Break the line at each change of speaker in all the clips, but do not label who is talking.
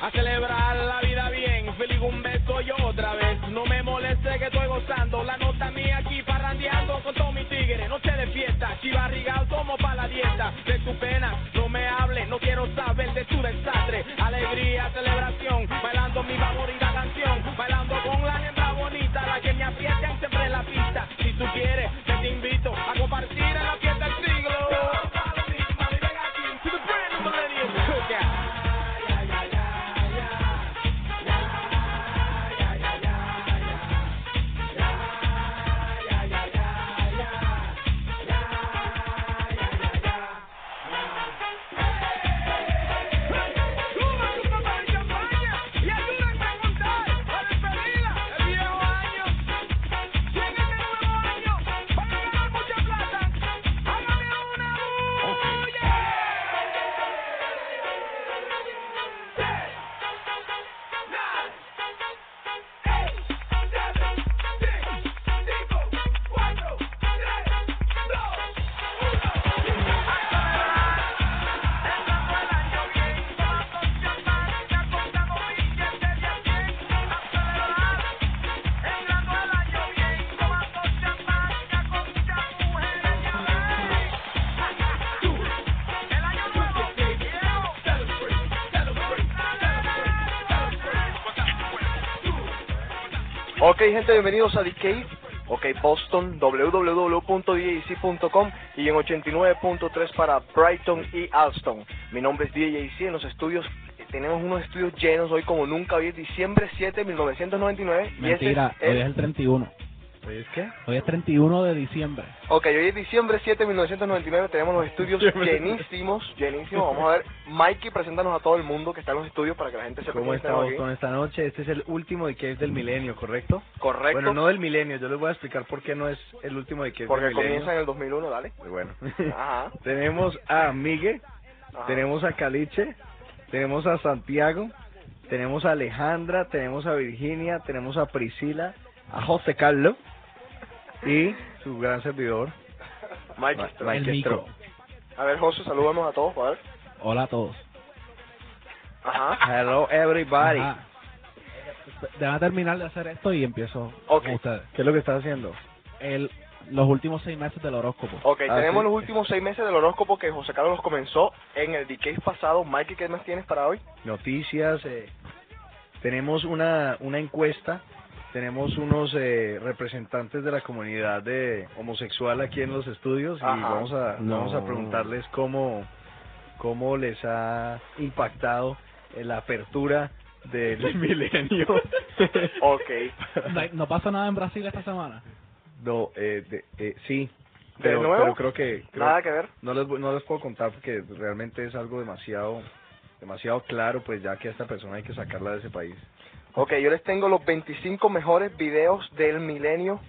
a celebrar la vida bien. Feliz un beso yo otra vez. No me moleste que estoy gozando. La nota mía aquí parrandeando con todos mis tigres. Noche de fiesta, chivarrigal como para la dieta. De tu pena, no me hable, no quiero saber de tu desastre. Alegría, celebración, bailando mi favorita canción. Bailando con la hembra bonita, la que me aprietan siempre en la pista. Si tú quieres, yo te invito a compartir en la fiesta del siglo. To the brand new millennium cookout. Suban su papel de campaña y ayúdenme a contar a despedirla el viejo año. Si en este nuevo año van a ganar mucha plata, hágame una bulla. Ten, nine, eight, seven, six, cinco, cuatro, tres, dos, uno. A celebrar. Este fue el año bien, todos chamarita contamos billetes de a cien a celebrar. Entrando el año bien, todos chamarita con muchas mujeres ya ven. El año nuevo quiero celebrate, celebrate,
Ok, gente, bienvenidos a DK, ok, Boston, www.djc.com y en 89.3 para Brighton y Alston. Mi nombre es DJC, en los estudios eh, tenemos unos estudios llenos hoy como nunca, hoy es diciembre 7, 1999. y este
Mentira,
es
hoy
el-
es el 31.
Oye, ¿es Pues, qué?
Hoy es 31 de diciembre.
Ok, hoy es diciembre 7, 1999, tenemos los estudios llenísimos, llenísimos. Vamos a ver, Mikey, preséntanos a todo el mundo que está en los estudios para que la gente sepa
¿Cómo
quiénes
estamos
aquí.
con esta noche? Este es el último de Cave del milenio, ¿correcto?
Correcto,
Bueno, no del milenio, yo les voy a explicar por qué no es el último de Cave
porque
del milenio. Pues,
comienza en el 2001, dale.
Bueno,
Ajá.
tenemos a Miguel,
ajá.
tenemos a Caliche, tenemos a Santiago, tenemos a Alejandra, tenemos a Virginia, tenemos a Priscila, a José Carlos y su gran servidor,
Mikey,
Ma-
Stroh.
Mikey
el micro.
Stroh.
A ver, José, salúdanos a todos, a ver.
Hola a todos.
Ajá.
Hello everybody.
Ajá. Deja terminar de hacer esto y empiezo
Ok.
con ustedes.
¿Qué es lo que estás haciendo?
El, los últimos seis meses del horóscopo.
Ok,
Ah,
tenemos
sí.
los últimos seis meses del horóscopo que José Carlos los comenzó en el DK pasado. Mikey, ¿qué más tienes para hoy?
Noticias, eh, tenemos una, una encuesta, tenemos unos eh, representantes de la comunidad de homosexual aquí en los estudios y
Ajá.
vamos a,
No.
vamos a preguntarles cómo, cómo les ha impactado eh, la apertura del milenio.
Ok.
No, hay- no pasa nada en Brasil esta semana.
No, eh, de- eh, sí.
¿De
Pero,
nuevo?
pero creo que creo-
Nada que ver.
no les voy- no les puedo contar porque realmente es algo demasiado demasiado claro pues ya que a esta persona hay que sacarla de ese país.
Ok, yo les tengo los 25 mejores videos del milenio.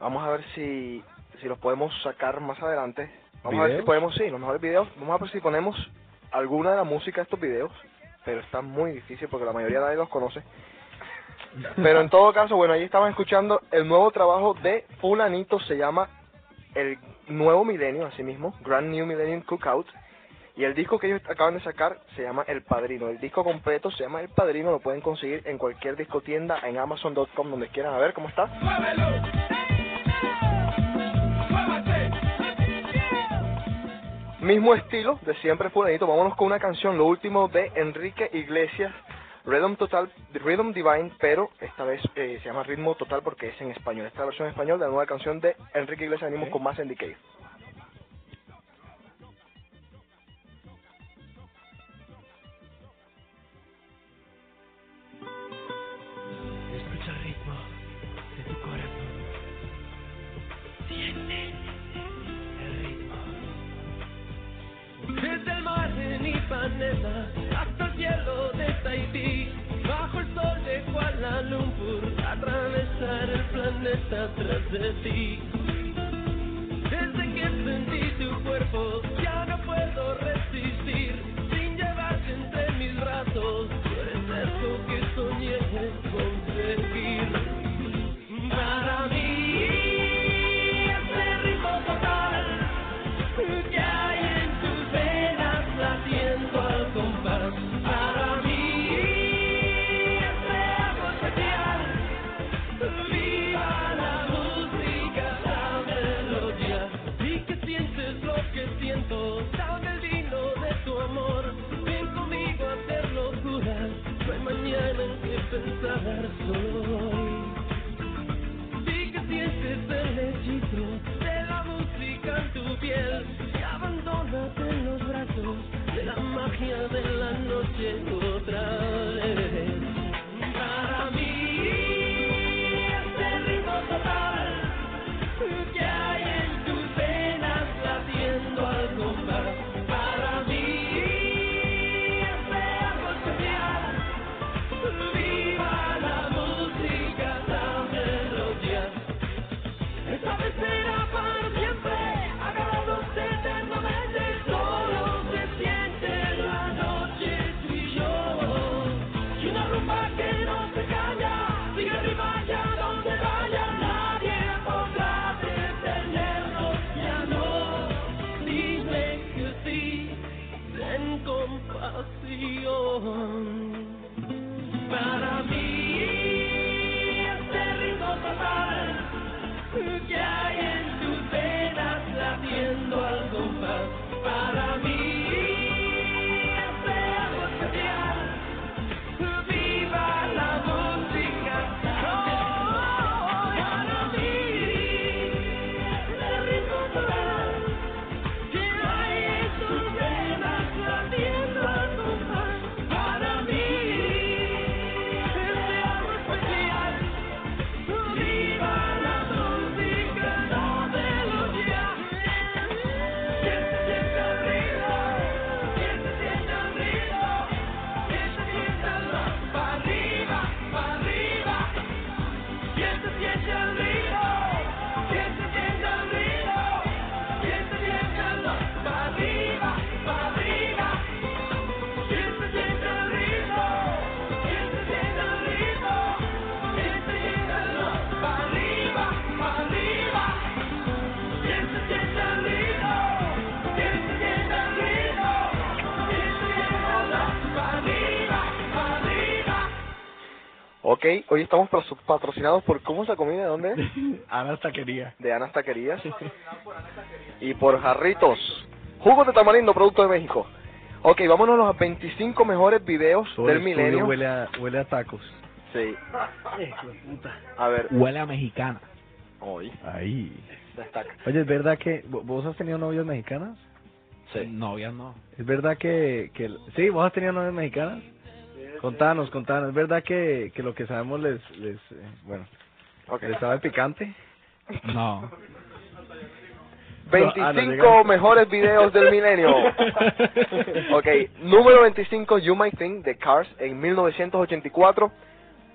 Vamos a ver si, si los podemos sacar más adelante. Vamos a ver si
¿Videos?
podemos, sí, los mejores videos. Vamos a ver si ponemos alguna de la música de estos videos. Pero está muy difícil porque la mayoría nadie los conoce. Pero en todo caso, bueno, ahí estaban escuchando el nuevo trabajo de Fulanito, se llama El Nuevo Milenio, así mismo, Grand New Millennium Cookout. Y el disco que ellos acaban de sacar se llama El Padrino. El disco completo se llama El Padrino, lo pueden conseguir en cualquier discotienda, en Amazon.com, donde quieran. A ver, ¿cómo está?
Muévelo. Muévete.
Mismo estilo de siempre Fulanito. Vámonos con una canción, lo último de Enrique Iglesias, Rhythm Total, Rhythm Divine, pero esta vez eh, se llama Ritmo Total porque es en español. Esta es la versión en español de la nueva canción de Enrique Iglesias. Venimos con más en Decay.
Escucha el ritmo de tu corazón. Siente el ritmo. Desde el mar en Ipanema hasta el cielo de Tahití, bajo el sol de Kuala Lumpur, atravesar el planeta tras de ti. Desde que sentí tu cuerpo, ya no puedo resistir. Sin llevarte entre mis brazos, tú eres algo que soñé conseguir. Para mí es el ritmo total que hay en tus venas latiendo al compás. Para mí
este este Oh, este este
Ok, hoy estamos paso- patrocinados por ¿Cómo es la comida? ¿De dónde es?
Ana hasta quería.
De Ana Taquerías. Y por Jarritos. Jugos de tamarindo, producto de México. Ok, vámonos a los 25 mejores videos
Todo el
del
estudio
milenio.
Huele a, huele a tacos.
Sí. A ver,
Huele a mexicana.
hoy.
Ahí.
Destaca.
Oye, ¿es verdad que vo- vos has tenido novias mexicanas?
Sí.
Novias no.
¿Es verdad que, que... el- Sí, vos has tenido novias mexicanas? Contanos, contanos. ¿Es verdad que, que lo que sabemos les... les eh, bueno,
Ok.
les sabe picante?
No.
25
Ah, no, llegamos.
mejores videos del milenio. ok, número 25, You Might Think, de Cars, en 1984.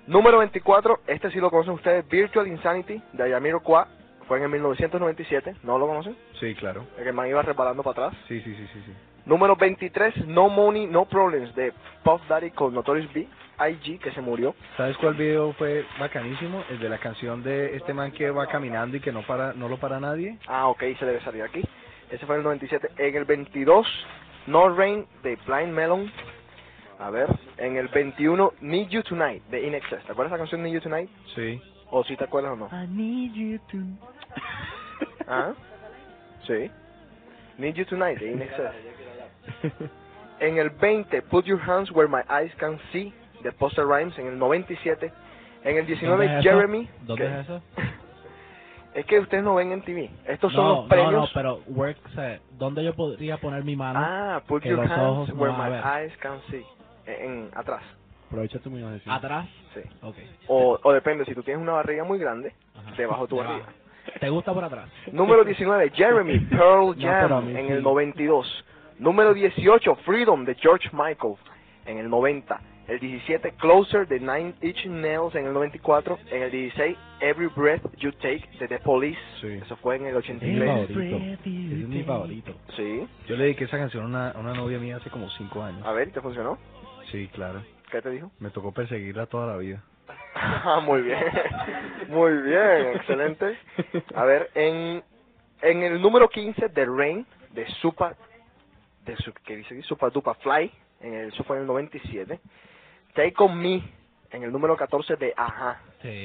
Número 24, este sí lo conocen ustedes, Virtual Insanity, de Yamiroquai, fue en el 1997. ¿No lo conocen?
Sí, claro.
El que man iba reparando para atrás.
Sí, sí, sí, sí. sí.
Número 23, No Money, No Problems, de Puff Daddy con Notorious B.I.G., que se murió.
¿Sabes cuál video fue bacanísimo? El de la canción de este man que va caminando y que no para no lo para nadie.
Ah, ok, se debe salir aquí. Ese fue en el 97. En el 22, No Rain de Blind Melon. A ver, en el 21, Need You Tonight de In Excess. ¿Te acuerdas de la canción Need You Tonight?
Sí.
¿O si te acuerdas o no? ¿Ah? Sí. Need You Tonight de In Excess. En el 20, Put Your Hands Where My Eyes Can See de Poster Rhymes. En el 97. En el 19,
¿Dónde es eso?
Jeremy.
¿Dónde
¿Qué?
es eso?
Es que ustedes no ven en TV. Estos son
No,
los premios.
No, no, pero work, o sea, ¿dónde yo podría poner mi mano?
Ah, put
que
your
los
hands
ojos no
where
van a
my
ver.
eyes can see. En, en- atrás,
Aprovecha tu imaginación.
Atrás.
sí.
Ok.
O, o depende, si tú tienes una barriga muy grande,
Ajá.
debajo de tu
Debajo.
barriga.
¿Te gusta por atrás?
Número 19, Jeremy Pearl Jam
pero a mí
en
sí.
el 92. Número 18, Freedom de George Michael en el 90. El 17, Closer de Nine Inch Nails en el 94. En el 16, Every Breath You Take de The Police.
Sí.
Eso fue en el
Es mi
83.
favorito. Es mi favorito.
Sí.
Yo le dediqué esa canción a una, a una novia mía hace como cinco años.
A ver, ¿te funcionó?
Sí, claro.
¿Qué te dijo?
Me tocó perseguirla toda la vida.
Ah, muy bien. Muy bien, excelente. A ver, en, en el número 15 de Rain, de Supa, de su, que dice aquí, Supa Dupa Fly, en el, eso fue en el 97. Take On Me, en el número 14 de Ajá.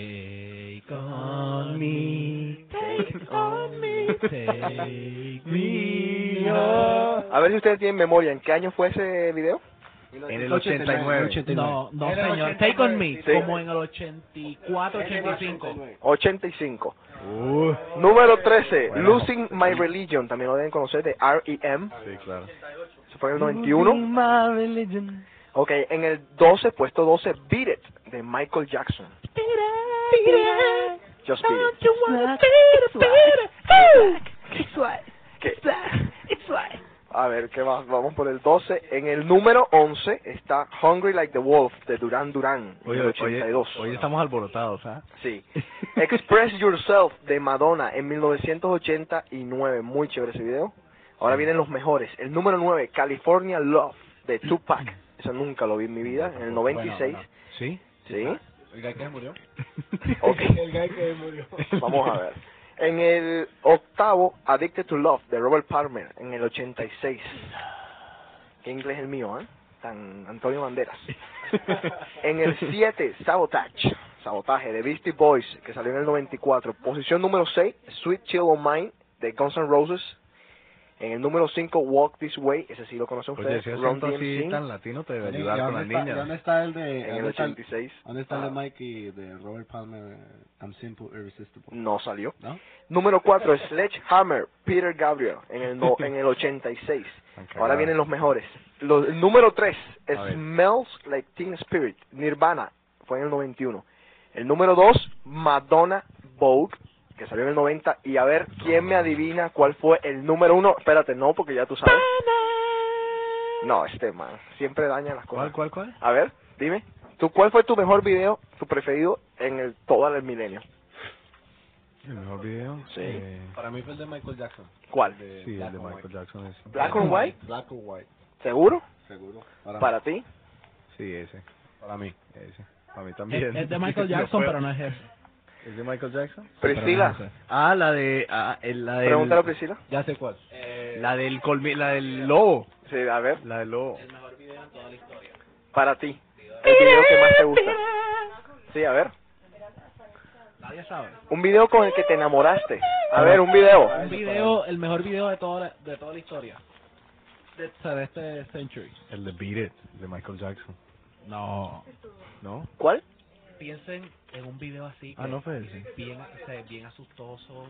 Take on me.
Take
on me. Take me.
A ver si ustedes tienen memoria, ¿en qué año fue ese video?
En el 89.
No, no,
Era el
señor. Take on me.
89, sí.
Como en el 84, 85.
85.
Uh,
Número 13,
Bueno.
Losing My Religion, también lo deben conocer, de R.E.M.
sí, claro.
Eso fue en el 91. Ok, en el 12, puesto 12, Beat It, de Michael Jackson. Just Beat It. ¿Qué? A ver, ¿qué más? Vamos por el 12. En el número 11 está Hungry Like the Wolf, de Duran Duran, en
Oye,
el
oye,
82.
hoy estamos alborotados, ¿ah?
Sí. Express Yourself, de Madonna, en 1989. Muy chévere ese video. Ahora vienen los mejores. El número 9, California Love, de Tupac. Eso nunca lo vi en mi vida, en el 96.
¿Sí?
Sí.
El guy que murió.
Ok.
El guy que murió.
Vamos a ver. En el octavo, Addicted to Love, de Robert Palmer, en el 86. Qué inglés el mío, ¿eh? Tan Antonio Banderas. En el 7, Sabotage, Sabotaje, de Beastie Boys, que salió en el 94. Posición número 6, Sweet Chill on Mine, de Guns N' Roses. En el número 5, Walk This Way, ese sí lo conocen
Oye,
ustedes,
si
Run
acento así
DMC,
tan latino te debe
¿Y
ayudar con
dónde
las
está-
niñas.
¿Dónde está el de...
en el
Eh, dónde está
86.
¿Dónde está el
Ah.
de Mike y de Robert Palmer? eh, I'm simple, irresistible.
No salió.
¿No?
Número 4, Sledgehammer, Peter Gabriel, en el, no- en el 86.
Tan cagado.
Ahora vienen los mejores. Los, el número 3,
A ver.
Smells Like Teen Spirit, Nirvana, fue en el 91. El número 2, Madonna Vogue, que salió en el 90. Y a ver, ¿quién me adivina cuál fue el número 1? Espérate, no, porque ya tú sabes. No, este man, siempre daña las cosas.
¿Cuál, cuál, cuál?
A ver, dime, ¿tú cuál fue tu mejor video, tu preferido en el todo el milenio?
El mejor video.
Sí.
eh,
Para mí fue el de Michael Jackson.
¿Cuál?
de
sí, el
Black
de
and
Michael
White.
Jackson. es-
Black and White,
Black or White,
seguro,
seguro.
para ti.
Sí, ese.
para mí.
Ese. Para mí
Es,
también.
es de Michael Jackson, pero no es ese.
¿Es de Michael Jackson?
Priscila,
Ah, la de... Ah, el- la del,
pregúntale a Priscila.
Ya sé cuál.
Eh,
La del colmi- la del lobo.
Sí, a ver,
La del lobo.
para ti, el video que más te gusta. Sí, a ver.
Nadie sabe.
Un video con el que te enamoraste. A ver, un video.
Un video, el mejor video de toda la, de toda la historia. De, o sea, de este century.
El de Beat It, de Michael Jackson.
No.
¿No?
¿Cuál?
Piensen en un video así.
Ah,
que
no fue ese.
Bien, o sea, bien asustoso,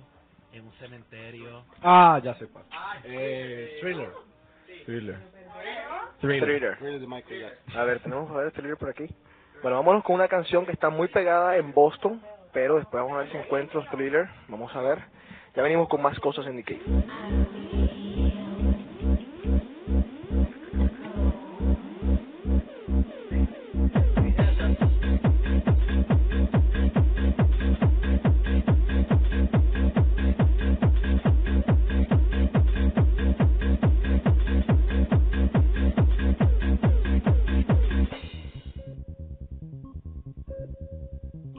en un cementerio.
Ah, ya sé cuál.
Eh, thriller.
Thriller.
Thriller.
Thriller de Michael Jackson.
A ver, tenemos a ver el thriller por aquí. Bueno, vámonos con una canción que está muy pegada en Boston, pero después vamos a ver si encuentro el thriller. Vamos a ver. Ya venimos con más cosas en Decay.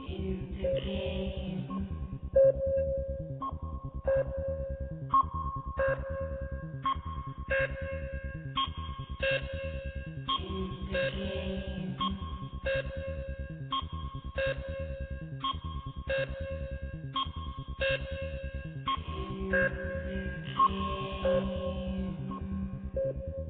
In the game. In the game. In the game.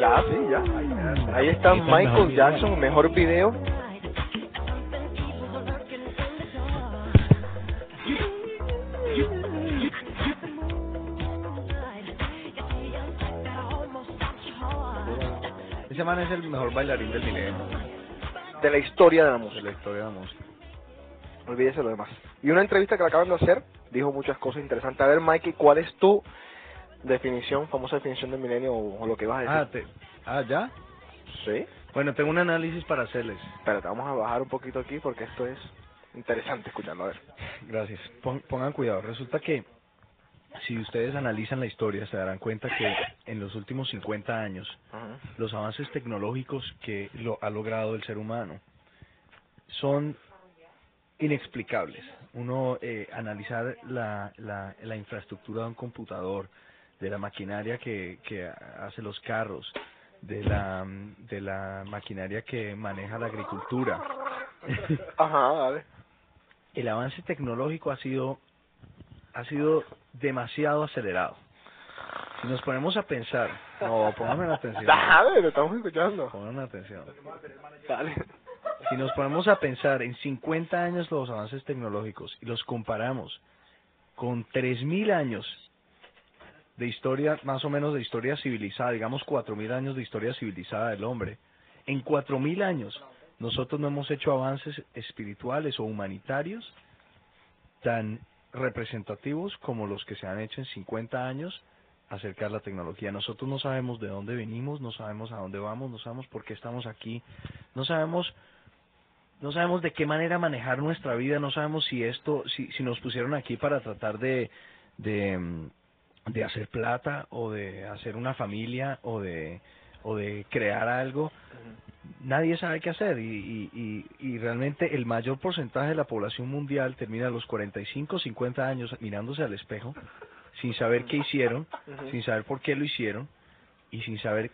Ya, sí, ya. Ahí está Michael Jackson, mejor video.
Ese man es el mejor bailarín del dinero.
de la historia de la
De
música.
la historia de la música.
Olvídese lo demás. Y una entrevista que le acaban de hacer dijo muchas cosas interesantes. A ver, Mikey, ¿cuál es tu definición, famosa definición del milenio o, o lo que vas a
Ah,
decir?
te, ah, ya.
sí.
Bueno, tengo un análisis para hacerles.
Espérate, vamos a bajar un poquito aquí porque esto es interesante escucharlo. A ver.
Gracias. Pon- pongan cuidado. Resulta que si ustedes analizan la historia se darán cuenta que en los últimos 50 años los avances tecnológicos que lo ha logrado el ser humano son inexplicables. Uno eh, analizar la, la, la infraestructura de un computador, de la maquinaria que, que hace los carros, de la, de la maquinaria que maneja la agricultura.
Ajá, dale.
el avance tecnológico ha sido ha sido demasiado acelerado. Si nos ponemos a pensar, no, pónganme la atención.
Dale, lo estamos escuchando.
Pónganme atención.
Dale.
Si nos ponemos a pensar en 50 años los avances tecnológicos y los comparamos con 3.000 años de historia, más o menos de historia civilizada, digamos 4.000 años de historia civilizada del hombre, en 4.000 años nosotros no hemos hecho avances espirituales o humanitarios tan representativos como los que se han hecho en 50 años acercar la tecnología. Nosotros no sabemos de dónde venimos, no sabemos a dónde vamos, no sabemos por qué estamos aquí, no sabemos no sabemos de qué manera manejar nuestra vida, no sabemos si esto si, si nos pusieron aquí para tratar de de mm, de hacer plata o de hacer una familia o de o de crear algo. Nadie sabe qué hacer y, y, y, y realmente el mayor porcentaje de la población mundial termina a los 45, 50 años mirándose al espejo sin saber qué hicieron, sin saber por qué lo hicieron y sin saber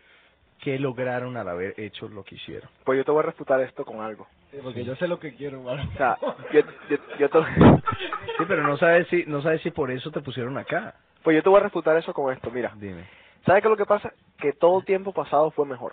qué lograron al haber hecho lo que hicieron.
Pues yo te voy a refutar esto con algo.
porque yo sé lo que quiero, mano.
O sea, yo, yo, yo te...
Sí, pero no sabes si no sabes si por eso te pusieron acá.
Pues yo te voy a refutar eso con esto, mira.
Dime.
¿Sabes qué es lo que pasa? Que todo tiempo pasado fue mejor.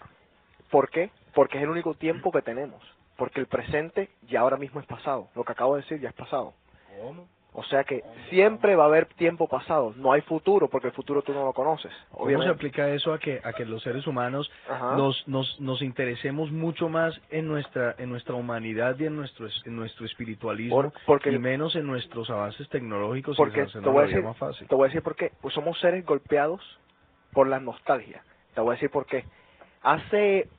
¿Por qué? Porque es el único tiempo que tenemos. Porque el presente ya ahora mismo es pasado. Lo que acabo de decir ya es pasado.
¿Cómo?
O sea que siempre va a haber tiempo pasado. No hay futuro porque el futuro tú no lo conoces.
¿Cómo se
Obviamente.
aplica eso a que a que los seres humanos
Ajá.
nos, nos nos interesemos mucho más en nuestra en nuestra humanidad y en nuestro es- en nuestro espiritualismo
Por- porque-
y menos en nuestros avances tecnológicos y
Porque
hacer
te voy, a
la vida
decir,
más fácil?
te voy a decir por qué. Pues somos seres golpeados por la nostalgia. Te voy a decir por qué. Hace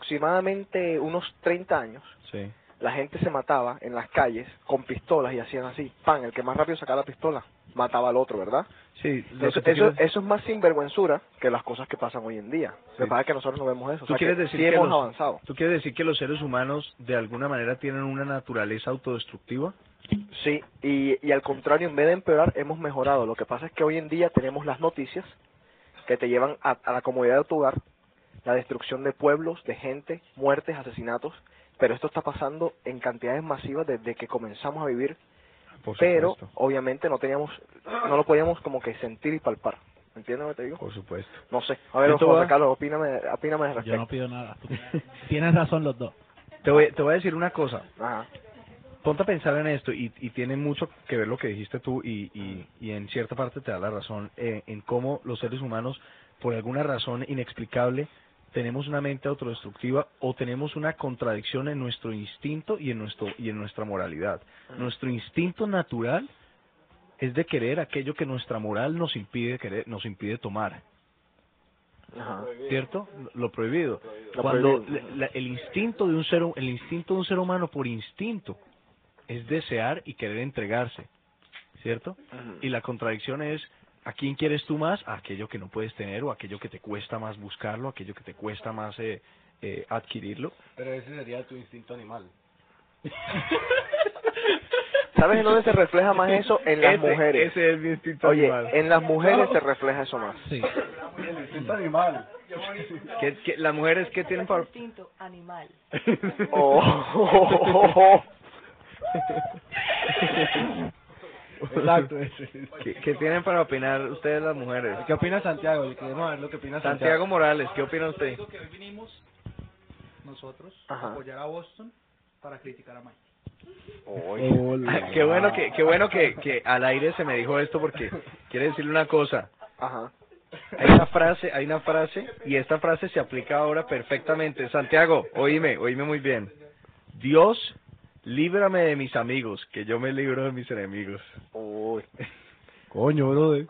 aproximadamente unos 30 años,
Sí.
la gente se mataba en las calles con pistolas y hacían así. Pan, el que más rápido sacaba la pistola mataba al otro, ¿verdad?
Sí, lo
Eso,
que tú
eso,
quieres-
eso es más sinvergüenzura que las cosas que pasan hoy en día. Lo
Sí.
que pasa es que nosotros no vemos eso. O
¿Tú
sea,
quieres
que
decir
sí
que
hemos
los-
avanzado?
¿Tú quieres decir que los seres humanos de alguna manera tienen una naturaleza autodestructiva?
Sí, y, y al contrario, en vez de empeorar, hemos mejorado. Lo que pasa es que hoy en día tenemos las noticias que te llevan a, a la comodidad de tu hogar, la destrucción de pueblos, de gente, muertes, asesinatos, pero esto está pasando en cantidades masivas desde que comenzamos a vivir,
Por
pero
supuesto.
obviamente no teníamos, no lo podíamos como que sentir y palpar. ¿Entiendes lo que te digo?
Por supuesto.
No sé. A ver,
Yo te
José
voy a-
Carlos, opíname, opíname al
Yo
respecto.
no pido nada. Tú- Tienes razón los dos.
Te voy, te voy a decir una cosa.
Ajá.
Ponte a pensar en esto y, y tiene mucho que ver lo que dijiste tú y, y, y en cierta parte te da la razón eh, en cómo los seres humanos, por alguna razón inexplicable, tenemos una mente autodestructiva o tenemos una contradicción en nuestro instinto y en, nuestro, y en nuestra moralidad. Nuestro instinto natural es de querer aquello que nuestra moral nos impide, querer, nos impide tomar.
Ajá.
¿cierto? Lo prohibido.
Lo
Cuando
prohibido.
la- la- el instinto de un ser, el instinto de un ser humano por instinto es desear y querer entregarse, ¿cierto? Y la contradicción es ¿a quién quieres tú más? A aquello que no puedes tener o aquello que te cuesta más buscarlo, aquello que te cuesta más eh, eh, adquirirlo.
Pero ese sería tu instinto animal.
¿Sabes en dónde se refleja más eso? En las
Ese-
mujeres.
Ese es mi instinto
Oye,
animal.
en las mujeres se refleja eso más.
Sí.
El instinto animal.
¿Qué- qué- las mujeres que tienen para
Instinto animal.
Oh,
Exacto, ese.
¿Qué, qué tienen para opinar ustedes las mujeres?
¿Qué opina Santiago? Queremos ver lo que opina Santiago.
Santiago Morales, ¿qué opina usted?
que hoy vinimos nosotros
Ajá.
a apoyar a Boston para criticar a Mike.
Ah, Qué bueno que, qué bueno que, que al aire se me dijo esto porque quiere decirle una cosa.
Ajá.
Hay una frase, hay una frase y esta frase se aplica ahora perfectamente. Santiago, oíme, oíme muy bien. Dios, líbrame de mis amigos, que yo me libro de mis enemigos.
Uy.
Coño, brother.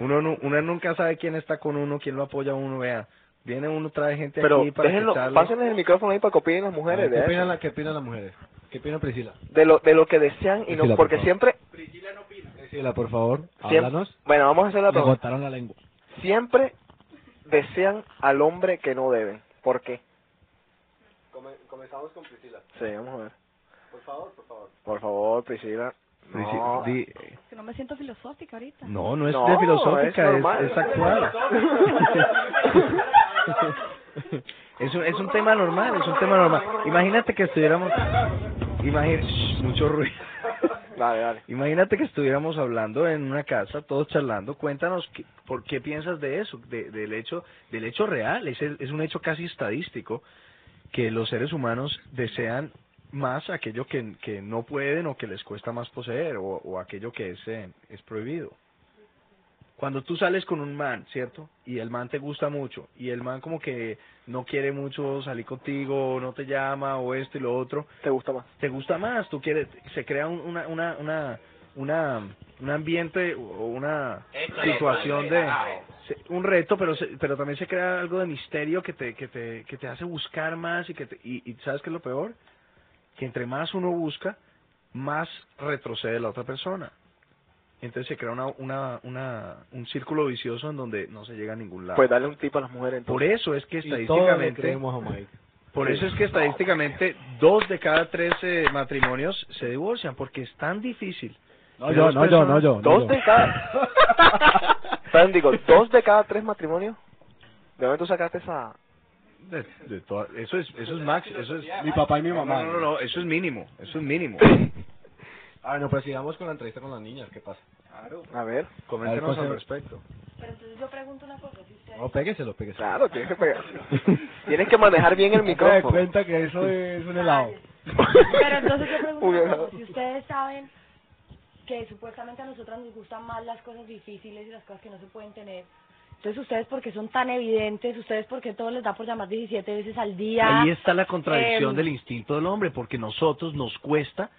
Uno, nu- uno nunca sabe quién está con uno, quién lo apoya a uno, vea. Viene uno, trae gente
Pero
aquí para
déjenlo,
escucharlo.
pásenles el micrófono ahí para que opinen las mujeres
¿Qué
de,
opinan,
eso.
la- ¿Qué opinan las mujeres? ¿Qué opina Priscila?
de lo de lo que desean y
Sí,
no
la
porque
por favor.
siempre
Priscila, por favor,
siempre
háblanos.
bueno vamos a hacer la
Le
pregunta
cortaron la lengua.
siempre desean al hombre que no deben ¿por qué?
Comenzamos con Priscila.
Sí vamos a ver
Por favor, por favor.
por favor Priscila no eh.
Di-
Que no me siento filosófica ahorita.
No, no es
No,
de filosófica,
es
es,
normal.
es actual. es, un, es un tema normal, es un tema normal. Imagínate que estuviéramos... Imagínate... Mucho ruido.
Dale, dale.
Imagínate que estuviéramos hablando en una casa, todos charlando. Cuéntanos qué- por qué piensas de eso, de- del hecho, del hecho real. Es, el- es un hecho casi estadístico que los seres humanos desean más aquello que, que no pueden o que les cuesta más poseer o, o aquello que es, eh, es prohibido. Cuando tú sales con un man, ¿cierto? Y el man te gusta mucho y el man como que no quiere mucho salir contigo, o no te llama o esto y lo otro,
Te gusta más.
te gusta más, tú quieres, se crea un, una, una, una, una, un ambiente o una situación de se- un reto, pero se- pero también se crea algo de misterio que te que te que te hace buscar más y que te, y, y sabes qué es lo peor, que entre más uno busca, más retrocede la otra persona. Entonces se crea una, una, una, un círculo vicioso en donde no se llega a ningún lado.
Pues dale un tip a las mujeres
Por
entonces.
eso es que
Y todos le
estadísticamente
creemos a Mike.
por eso es que estadísticamente dos de cada tres eh, matrimonios se divorcian porque es tan difícil.
No, yo, no, yo, no, yo. no,
Dos
yo.
de cada... Fran, digo, dos de cada tres matrimonios. ¿De dónde tú sacaste esa...?
De, de toda- eso es eso es max, eso es
Mi papá y mi
no,
mamá.
no, no, no, eso es mínimo, eso es mínimo.
Ah, no, pero sigamos con la entrevista con las niñas, ¿qué pasa?
A ver.
Coméntenos
A ver,
al
José.
respecto.
Pero entonces yo pregunto una cosa. Si ustedes
No, pégueselo, pégueselo.
Claro, tienes que pegar. tienes que manejar bien el
Me doy
micrófono.
cuenta que eso es un helado.
Pero entonces yo pregunto,
Uy,
una
no.
cosa, si ustedes saben que supuestamente a nosotras nos gustan más las cosas difíciles y las cosas que no se pueden tener, entonces ustedes porque son tan evidentes, ustedes porque todo les da por llamar 17 veces al día.
Ahí está la contradicción
Em.
del instinto del hombre, porque nosotros nos cuesta,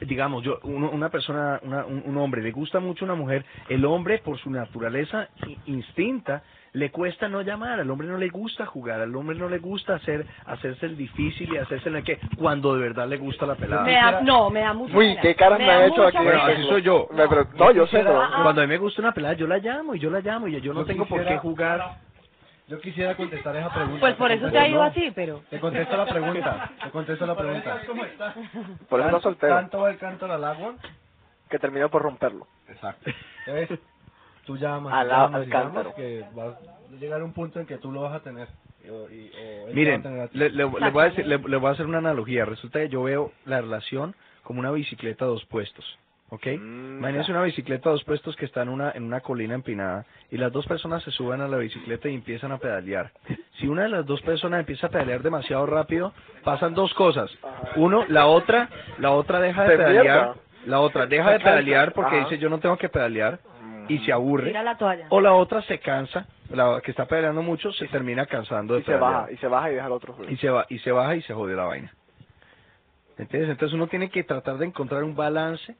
digamos, yo uno- una persona, una- un, un hombre le gusta mucho una mujer, el hombre por su naturaleza i- instinta le cuesta no llamar, al hombre no le gusta jugar, al hombre no le gusta hacer hacerse el difícil y hacerse el que cuando de verdad le gusta la pelada.
Me da, no, me da mucha
Uy,
pena.
qué caras me
da
han hecho
mucha
aquí.
Bueno,
pena.
así soy yo.
Me pre- No, yo sé, pero...
Ajá.
Cuando a mí me gusta una pelada, yo la llamo y yo la llamo y yo no
Ah, Yo
tengo por qué
quisiera-
jugar.
Yo quisiera contestar esa pregunta.
Pues por eso te ha ido así, pero...
Te contesto la pregunta, te contesto la pregunta.
Por eso no soltero,
¿Tanto va el canto al agua?
que terminó por romperlo.
Exacto. ¿Ves? Tú llamas,
Al-
llamas,
al
y
cántaro.
llamas que vas a llegar a un punto en que tú lo vas a tener. Y, y- o él
Pues,
Miren,
te va a tener a ti.
le, le- le voy a decir- le- le voy a hacer una analogía. Resulta que yo veo la relación como una bicicleta a dos puestos, ¿ok?
Mm,
Imagínense una bicicleta a dos puestos que está en una, en una colina empinada y las dos personas se suben a la bicicleta y empiezan a pedalear. Si una de las dos personas empieza a pedalear demasiado rápido, pasan dos cosas. Uno, la otra, la otra deja de
Se
pedalear,
mierda.
la otra deja de pedalear porque
Ajá.
dice yo no tengo que pedalear
Mm.
y se aburre.
Tira la toalla.
O la otra se cansa, la que está pedaleando mucho se termina cansando de
Y se
pedalear.
baja, y se baja y deja al otro.
Y se, va, y se baja y se jodió la vaina. ¿Entiendes? Entonces uno tiene que tratar de encontrar un balance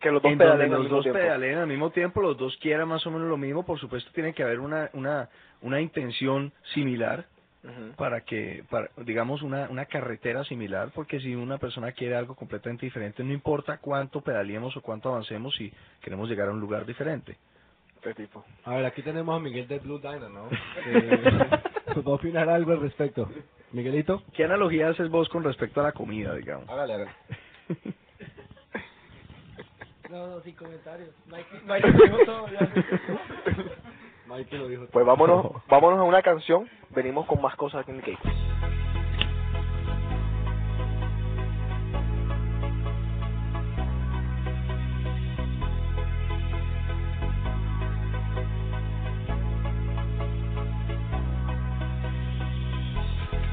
Que los dos
en donde
pedalen al
los
mismo
dos
tiempo.
pedaleen al mismo tiempo, los dos quieran más o menos lo mismo. Por supuesto, tiene que haber una, una, una intención similar
Ujú.
para que, para, digamos, una, una carretera similar, porque si una persona quiere algo completamente diferente, no importa cuánto pedaleemos o cuánto avancemos, si queremos llegar a un lugar diferente.
Este tipo.
A ver, aquí tenemos a Miguel de Blue Dino, ¿no? Eh, ¿Va a opinar algo al respecto? Miguelito,
¿Qué analogía haces vos con respecto a la comida, digamos?
hágale, hágale.
No, no, sin comentarios. Mike, Mike dijo todo ya.
Mike lo dijo.
Pues vámonos, vámonos a una canción. Venimos con más cosas aquí en el cake.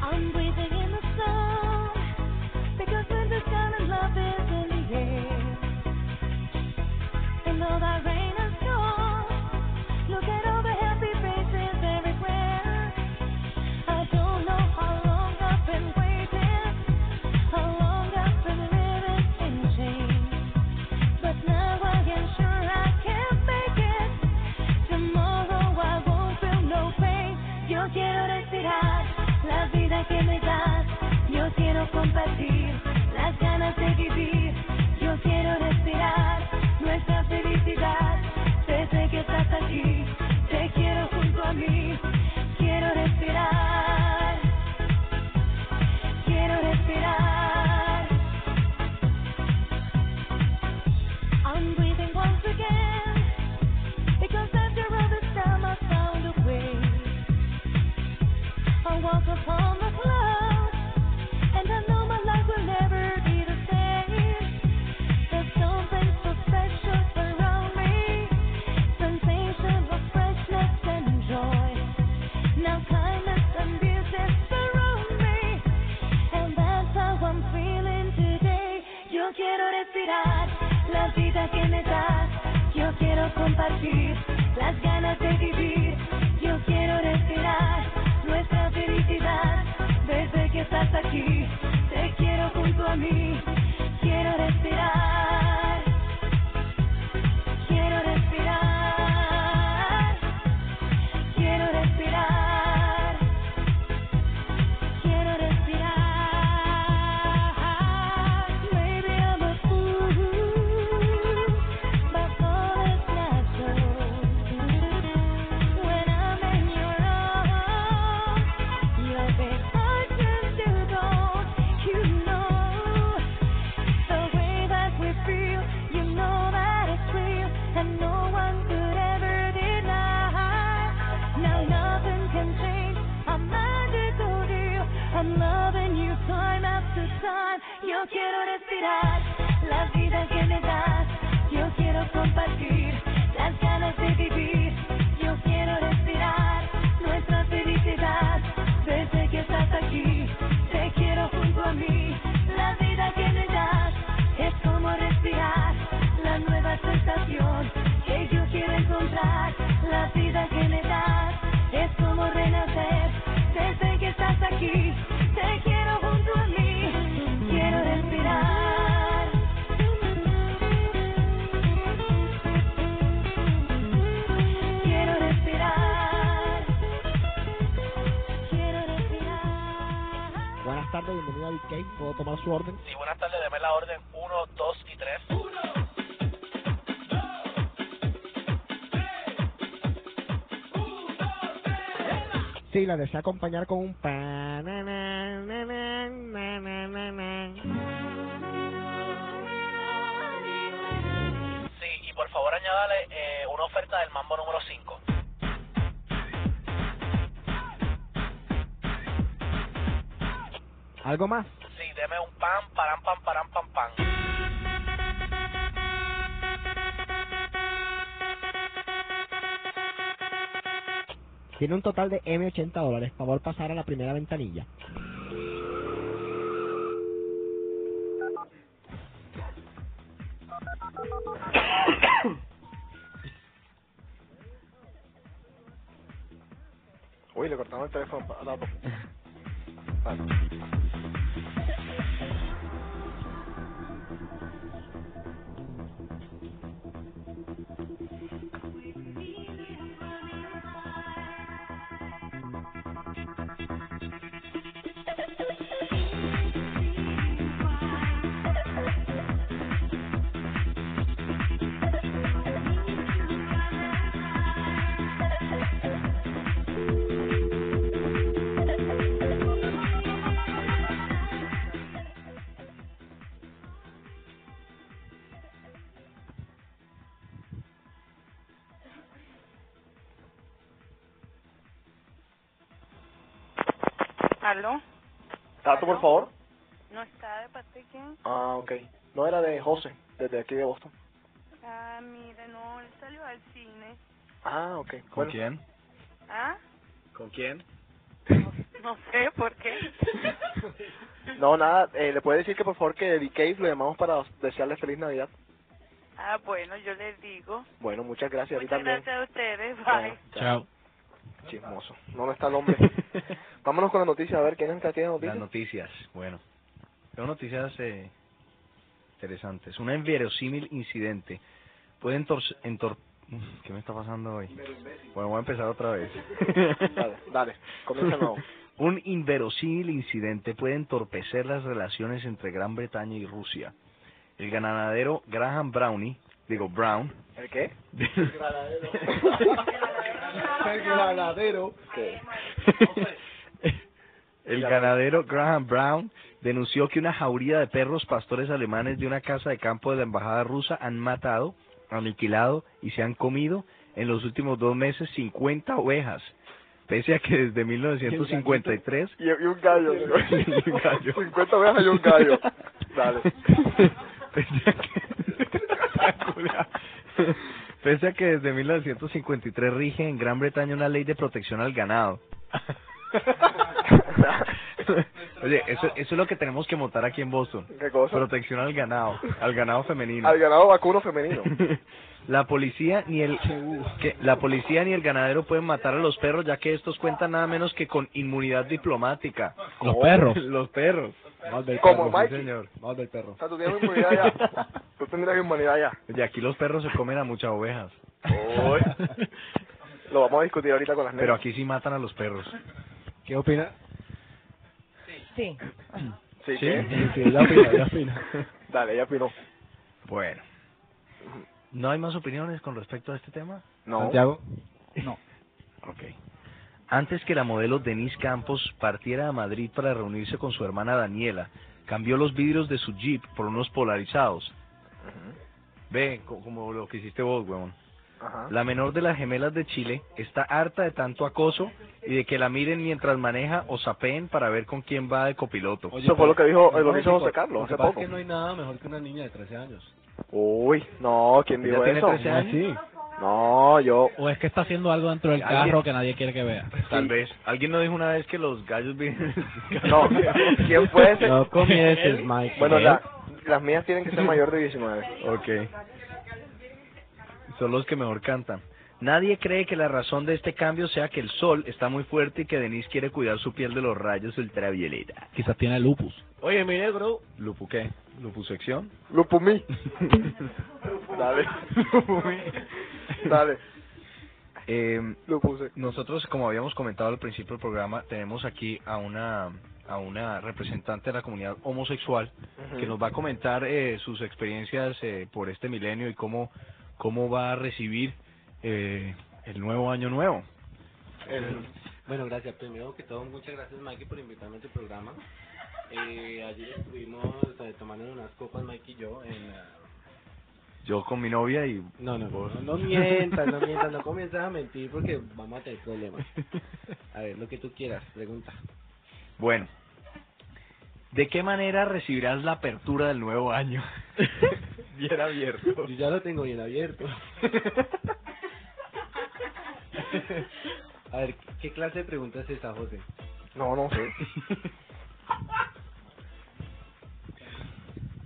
I'm breathing in the sun because when this kind of love is in the air. And though the rain is gone, look at all the happy faces everywhere. I don't know how long compartir las ganas de vivir. Yo quiero respirar nuestra felicidad desde que estás aquí. Te quiero junto a mí. Quiero respirar. Quiero respirar. Quiero respirar. Quiero respirar. Maybe I'm a fool, but all is natural. When I'm in your arms, love is hard just to go. You know the way that we feel. You know that it's real, and no one could ever deny. Now nothing can change. I'm magical deal. I'm loving you time after time. Yo quiero respirar la vida que me das. Yo quiero compartir las ganas de vivir. Yo quiero respirar nuestra felicidad desde que estás aquí. Te quiero junto a mí. La vida que me das es como respirar la nueva sensación que yo quiero encontrar. La vida que me das es como renacer desde que estás aquí. Te quiero junto a mí. Quiero respirar. Quiero respirar. Quiero respirar.
Buenas tardes, bienvenido a Big Cake. ¿Puedo tomar su orden?
Sí, buenas tardes, deme la orden 1, 2 y 3. 1, 2,
Sí, la desea acompañar con un pan. na, na, na, na, na, na, na, na.
3. Sí, y por favor añádale eh, una oferta del mambo número 5.
¿Algo más?
Sí, deme un pan, param, pam, param, pam, pam.
Tiene un total de M80 dólares. Favor pasar a la primera ventanilla.
Uy, le cortamos el teléfono pa- a Tato. Tato.
¿Aló?
Tato, por favor.
¿No está de parte de quién?
Ah, ok. No era de José, desde aquí de Boston.
Ah, mire, no, él salió al cine.
Ah, ok. ¿Con quién?
¿Ah?
¿Con quién?
No sé por qué.
No, nada, eh, le puede decir que por favor que de Cave lo llamamos para desearle feliz Navidad.
ah, bueno, yo les digo.
Bueno, muchas gracias. a ti
Muchas
también.
gracias a ustedes, bye.
Chao. Chismoso. No, no está el hombre. Vámonos con la noticia, a ver quién es el que tiene noticias.
Las noticias, bueno. Son noticias eh, interesantes. Un inverosímil incidente puede entor... entor- ¿Qué me está pasando hoy? Bueno, voy a empezar otra vez.
Dale, dale, comienza nuevo.
Un inverosímil incidente puede entorpecer las relaciones entre Gran Bretaña y Rusia. El ganadero Graham Brownie, digo Brown,
¿El qué?
El
granadero.
El granadero.
¿Qué?
El ganadero Graham Brown denunció que una jauría de perros pastores alemanes de una casa de campo de la embajada rusa han matado, aniquilado y se han comido en los últimos dos meses 50 ovejas, pese a que desde 1953
Y, y un gallo. digo.
Y un gallo.
50 ovejas y un gallo. Dale.
Pese a que- Pese a que desde 1953 rige en Gran Bretaña una ley de protección al ganado. Oye, eso, eso es lo que tenemos que montar aquí en Boston.
¿Qué cosa?
Protección al ganado, al ganado femenino.
Al ganado vacuno femenino.
La policía ni el
uh.
que la policía ni el ganadero pueden matar a los perros ya que estos cuentan nada menos que con inmunidad diplomática.
Los perros.
los perros.
Oh. Como
Mike
Mikey.
señor. Más del perro.
O sea, tú tienes inmunidad ya. Tú tendrías inmunidad ya.
Y aquí los perros se comen a muchas ovejas.
Uy. Lo vamos a discutir ahorita con las
Pero
nenas.
aquí sí matan a los perros.
¿Qué opina?
Sí.
Sí,
¿Sí?
¿qué?
Sí, ya opina, ya opina.
Dale, ya opinó.
Bueno. ¿No hay más opiniones con respecto a este tema?
No.
Santiago.
No.
Ok. Antes que la modelo Denise Campos partiera a Madrid para reunirse con su hermana Daniela, cambió los vidrios de su Jeep por unos polarizados. Ve, co- como lo que hiciste vos, huevón.
Ajá.
La menor de las gemelas de Chile está harta de tanto acoso y de que la miren mientras maneja o sapeen para ver con quién va de copiloto.
Eso fue lo que dijo, eh, lo que hizo
No,
José Carlos
lo que
hace
pasa
poco.
es que no hay nada mejor que una niña de 13 años.
Uy, no, ¿quién
¿Ella
dijo
tiene
eso?
13
Ah,
años?
Sí.
No, yo.
O es que está haciendo algo dentro del
Alguien-
carro que nadie quiere que vea.
Tal vez. ¿Alguien no dijo una vez que los gallos vienen?
No, ¿quién fue ese?
No comiences, Mike.
Bueno, la- las mías tienen que ser mayor de 19.
Ok. Son los que mejor cantan. Nadie cree que la razón de este cambio sea que el sol está muy fuerte y que Denise quiere cuidar su piel de los rayos ultravioleta.
Quizás tiene lupus.
Oye, mi negro. ¿Lupu qué? ¿Lupusección?
Lo pumí. Dale. Dale,
Eh,
lo puse.
nosotros, como habíamos comentado al principio del programa, tenemos aquí a una a una representante de la comunidad homosexual que nos va a comentar eh, sus experiencias eh, por este milenio y cómo, cómo va a recibir eh, el nuevo año nuevo.
Bueno, gracias. Primero que todo, muchas gracias, Mikey, por invitarme a tu programa. Eh, ayer estuvimos eh, tomando unas copas, Mikey y yo, en... la-
Yo con mi novia y...
No, no, no, no mientas, no mientas, no comiences a mentir porque vamos a tener problemas. A ver, lo que tú quieras, pregunta.
Bueno, ¿de qué manera recibirás la apertura del nuevo año? Bien abierto.
Yo ya lo tengo bien abierto. A ver, ¿qué clase de pregunta es esa, José?
No, no sé.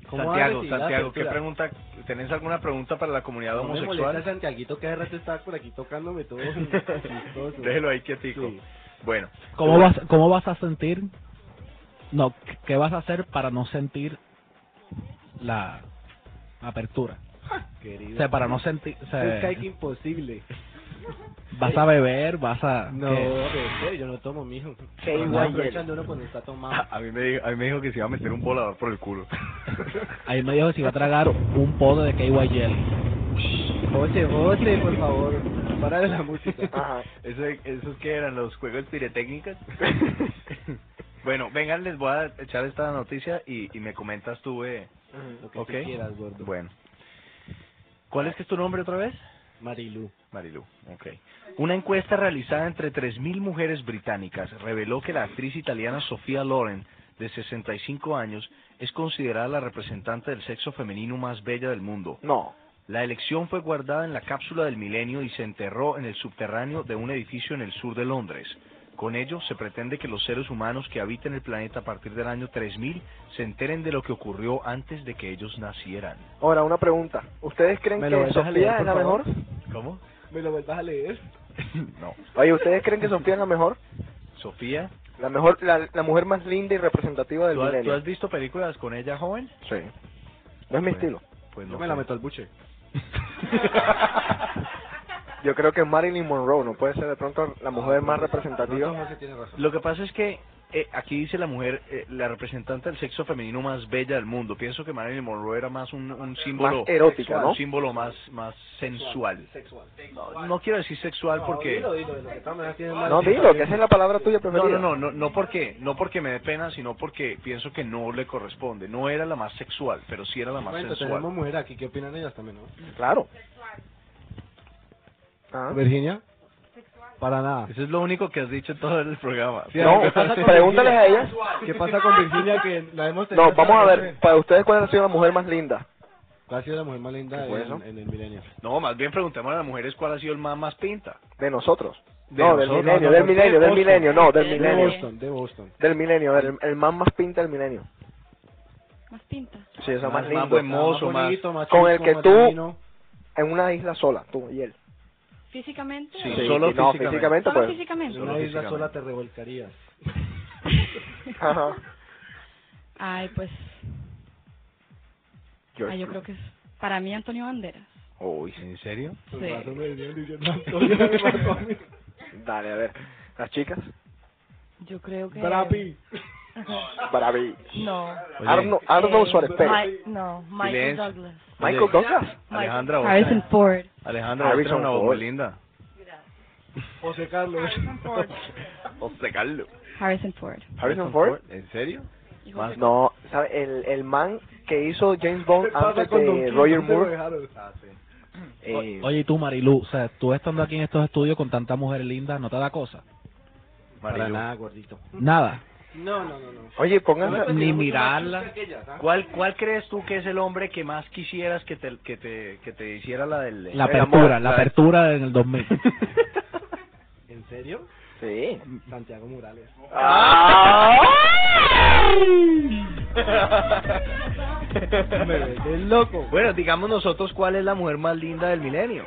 ¿Cómo va a
Santiago,
recibir la
Santiago, ¿qué
apertura?
pregunta? ¿Tenés alguna pregunta para la comunidad
No me molesta
homosexual?
Santiaguito que hace rato estaba por aquí tocándome todo chistoso.
Déjelo ahí quietico.
Sí.
Bueno,
¿Cómo vas, ¿Cómo vas a sentir? No, ¿qué vas a hacer para no sentir la apertura?
Ah,
Querido.
O sea, para no sentir... o sea,
Es que hay que imposible.
¿Vas a beber? ¿Vas a...?
No,
qué?
bebé, yo no tomo, mijo.
Qué
No,
igual
pero
hielo.
echan de uno cuando está tomado.
a mí, me, dijo- a mí me dijo que se iba a meter un volador por el culo.
Ahí me dijo que se iba a tragar un pote de KY Jelly.
José, José, por favor,
Ah,
para de la música.
Ajá.
¿Eso, ¿Esos que eran los juegos pirotécnicos? bueno, vengan, les voy a echar esta noticia y, y me comentas tú, eh.
Lo que
Ok.
tú quieras, gordo.
Bueno. ¿Cuál es que es tu nombre otra vez?
Marilu.
Marilu, ok. Una encuesta realizada entre 3.000 mujeres británicas reveló que la actriz italiana Sofía Loren, de 65 años, es considerada la representante del sexo femenino más bella del mundo.
No.
La elección fue guardada en la cápsula del milenio y se enterró en el subterráneo de un edificio en el sur de Londres. Con ello, se pretende que los seres humanos que habiten el planeta a partir del año 3000 se enteren de lo que ocurrió antes de que ellos nacieran.
Ahora, una pregunta. ¿Ustedes creen
¿Me lo
que
dejas leer,
Sofía
por
es la
favor?
mejor?
¿Cómo?
¿Me lo vuelvas a leer?
No.
Oye, ¿ustedes creen que Sofía es la mejor?
Sofía,
La mejor, la, la mujer más linda y representativa del
¿tú has, tú
milenio.
has visto películas con ella joven?
Sí. No es mi estilo.
Pues no.
Yo me la meto al buche.
Yo creo que Marilyn Monroe no puede ser de pronto la mujer más
No,
representativa.
José tiene razón.
Lo que pasa es que eh, aquí dice la mujer, eh, la representante del sexo femenino más bella del mundo. Pienso que Marilyn Monroe era más un, un símbolo
Más erótica,
sexual,
¿no?
un símbolo más más sensual.
Sexual.
No, no quiero decir sexual porque
Dilo, dilo, dilo, que de todas maneras tiene más-
No, dilo, que esa es la palabra tuya
no,
preferida.
no, no, no, no porque no porque me dé pena, sino porque pienso que no le corresponde. No era la más sexual, pero sí era la más
Bueno, tenemos
sensual.
mujeres aquí, ¿qué opinan ellas también, no?
Claro. Ah.
Virginia. Para nada.
Eso es lo único que has dicho en todo el programa.
Sí,
No,
¿qué pasa con
pregúntales a ellas.
¿Qué pasa con Virginia que la hemos tenido?
No, vamos a
toda la
ver,
noche?
para ustedes, ¿cuál ha sido la mujer más linda?
¿Cuál ha sido la mujer más linda
¿Qué fue
en,
eso?
en el milenio?
No, más bien preguntemos a las mujeres cuál ha sido el más más pinta.
De nosotros.
De
no,
nosotros,
del milenio,
no,
del
no,
milenio,
de
del milenio, no, del
De
milenio.
Boston, de Boston.
Del milenio, del- el más más pinta del milenio.
Más pinta.
Sí, esa más,
más
linda.
buen mozo,
bonito,
más-
más
Con el
chico,
que
más
tú-
divino.
en una isla sola, tú y él.
¿Físicamente?
Sí,
o-
sí, Solo no, físicamente. físicamente,
Solo
pues.
físicamente.
Solo
Una isla
físicamente.
sola te revolcarías.
Ajá.
Ay, pues, ay, Ah, yo creo que es para mí Antonio Banderas.
Uy,
¿en serio?
Sí.
Dale, a ver. ¿Las chicas?
Yo creo que...
Bravi. Bravi.
No.
Arno- Arnold
Eh,
Schwarzenegger.
Mi- No, Michael
Silencio.
Douglas.
Michael Douglas.
Alejandra, vos-
Harrison Ford.
Alejandra, vos tenés
Harrison
una voz
Ford.
muy linda.
José Carlos.
José Carlos.
Harrison Ford.
Harrison Ford.
¿En serio?
Más no, ¿sabe? El, el man que hizo James Bond
pasa
antes
con Don
de
King?
Roger
¿Dónde lo
Moore.
Ah, sí.
Eh,
Oye, y tú, Marilu, o sea, tú estando aquí en estos estudios con tanta mujer linda, ¿no te da cosa?
Para nada, gordito.
Nada.
No, no, no, no.
Oye,
Yo me
pónganse...
considero mucho más
mirarla.
chusca que ellas, ¿ah?
¿Cuál, ¿Cuál crees tú que es el hombre que más quisieras que te, que te, que te hiciera la del...
La
el amor?
apertura, la apertura en el 2000.
¿En serio?
Sí. Ah,
Santiago Morales.
Me vuelves loco. Bueno, digamos nosotros cuál es la mujer más linda del milenio.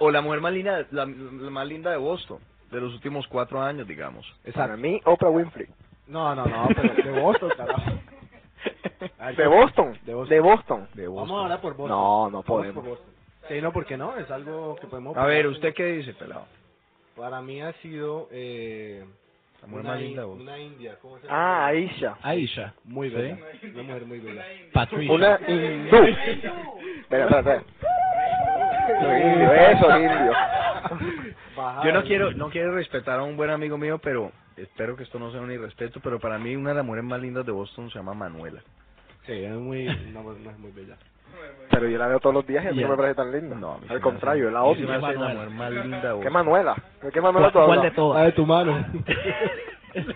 O la mujer más linda, la, la más linda de Boston, de los últimos cuatro años, digamos.
Para mí, Oprah Winfrey.
No, no, no, pero de Boston, carajo.
De Boston.
De
De
Boston.
Boston.
Vamos ahora por Boston.
No, no
Vamos
podemos.
por Boston. Sí, no, porque no, es algo que podemos...
A ver, ¿usted qué dice, pelado?
Para mí ha sido... Eh,
La mujer
una,
más
in-
linda de Boston.
una india, ¿cómo se llama?
Ah, Aisha.
Aisha.
Muy
Sí.
bella. Una mujer muy bella.
Patricia.
Una hindú. Espera, espera, espera. Lo indio, eso, lo indio.
Bajada,
Yo no quiero, no quiero respetar a un buen amigo mío, pero espero que esto no sea un irrespeto, pero para mí una de las mujeres más lindas de Boston se llama Manuela.
Sí, es muy, una mujer muy bella.
Pero yo la veo todos los días y a mí
Ya.
no me parece tan linda.
No, a mí se
Al
me
contrario,
hace-
la
a mí se
odio.
me hace la
Manuela.
mujer más linda de
¿Qué
Boston.
Manuela? ¿De qué Manuela tú
¿Cuál- cuál
hablas?
de todas?
Ah,
La de tu mano.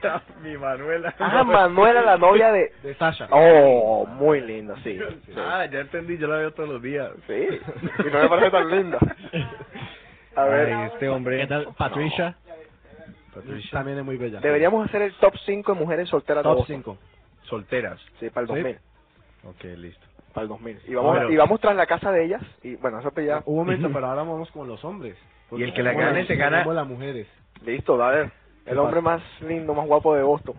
Mi Manuela.
Ah, Manuela, la novia de...
De Sasha.
Oh, muy linda, sí. sí.
Ah, ya entendí, yo la veo todos los días.
Sí, y no me parece tan linda. A ver,
Ay, este hombre.
¿Qué tal? Patricia.
Patricia.
También es muy bella.
deberíamos hacer el top 5 de mujeres solteras de
Top
Boston.
5. Solteras.
Sí, para el
¿Sí?
2000.
Ok, listo.
Para el 2000. Y vamos,
Pero-
y vamos tras la casa de ellas. Y bueno, eso pues
Uh.
ya.
Un momento, pero ahora vamos con los hombres.
Y el que la
Como
gane
las-
se gana.
como las mujeres.
Listo, a ver. El hombre más lindo, más guapo de Boston.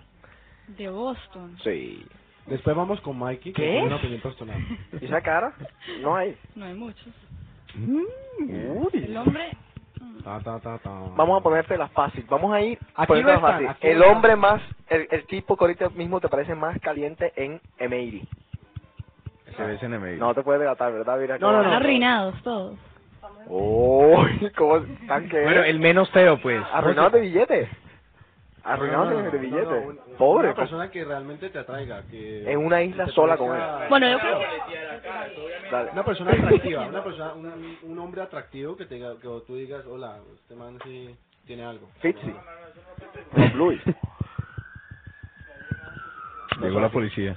De Boston.
Sí.
Después vamos con Mikey, que
¿Qué?
tiene una opinión personal.
¿Y esa cara? No hay.
No hay muchos. El
Uy.
hombre...
Ta, ta, ta, ta.
Vamos a ponerte la fácil. Vamos a ir
Aquí
poniendo
no
la
están,
fácil.
aquí
El
no están.
hombre más, el, el tipo que ahorita mismo te parece más caliente en M80.
Se ves en el
Ah. No te puedes delatar, ¿verdad, Vira?
No, no,
Están
no.
arruinados todos.
Uy, ¿cómo están que
Bueno, el menos feo, pues.
Arruinados de billete. Arruinados
No, no,
de
no,
billete.
no, no, un-
Pobre. pues,
pues.
Una persona que realmente te atraiga. Que
Eh,
En una isla
que te
sola
parezca-
con
Bueno, yo creo que...
Dale.
Una persona atractiva, una persona, un, un hombre atractivo que, te, diga- que tú digas, hola, este man sí tiene algo.
Fitzy. Rob Luis.
Llegó la policía.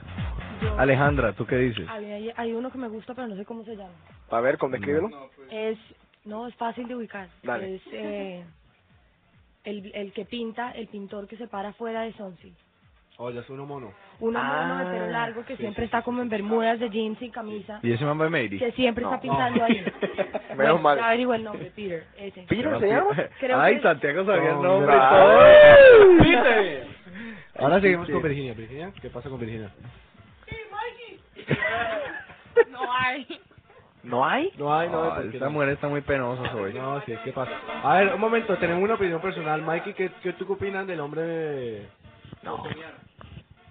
Alejandra, ¿tú qué dices?
Hay, hay- hay uno que me gusta, pero no sé cómo se llama.
A ver, con descríbelo.
Es, no, es fácil de ubicar.
Dale.
Es eh, el, el que pinta, el pintor que se para fuera de Sonsi.
Oh, ya es uno mono.
Uno mono de
Ah,
pelo largo que
sí, sí,
siempre está
sí,
como en bermudas de jeans y camisa.
¿Y ese man va Mary?
Que siempre
No.
está pintando ahí.
Menos
Bueno,
mal.
Ya averigué el nombre, Peter. Ese.
¿Peter se llama?
Creo
Ay,
que-
Santiago sabía el
No,
nombre.
mira.
todo.
Ahora seguimos
sí.
con Virginia. Virginia, ¿qué pasa con Virginia?
No hay.
¿No hay?
No hay, no hay.
Ah,
porque
esta
no.
mujer está muy penosa hoy.
Pues No, sí, ¿qué pasa? A ver, un momento, tenemos una opinión personal. Mikey, ¿qué, qué tú qué opinas del hombre?
No.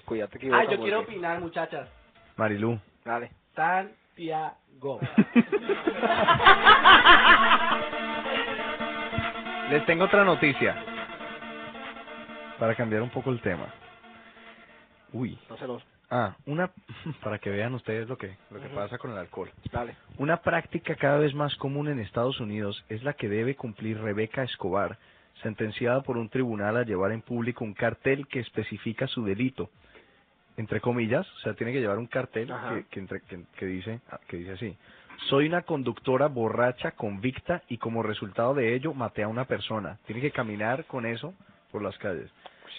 Cuídate
Ah,
que
Ay,
botan
yo quiero
porque-
opinar, muchachas.
Marilú.
Dale.
Santiago.
Les tengo otra noticia. Para cambiar un poco el tema. Uy.
No se los...
Ah, una para que vean ustedes lo que lo que pasa con el alcohol.
Dale.
Una práctica cada vez más común en Estados Unidos es la que debe cumplir Rebeca Escobar, sentenciada por un tribunal a llevar en público un cartel que especifica su delito. Entre comillas, o sea, tiene que llevar un cartel
Ajá.
que, que entre- que- que dice, que dice así. Soy una conductora borracha, convicta y como resultado de ello maté a una persona. Tiene que caminar con eso por las calles.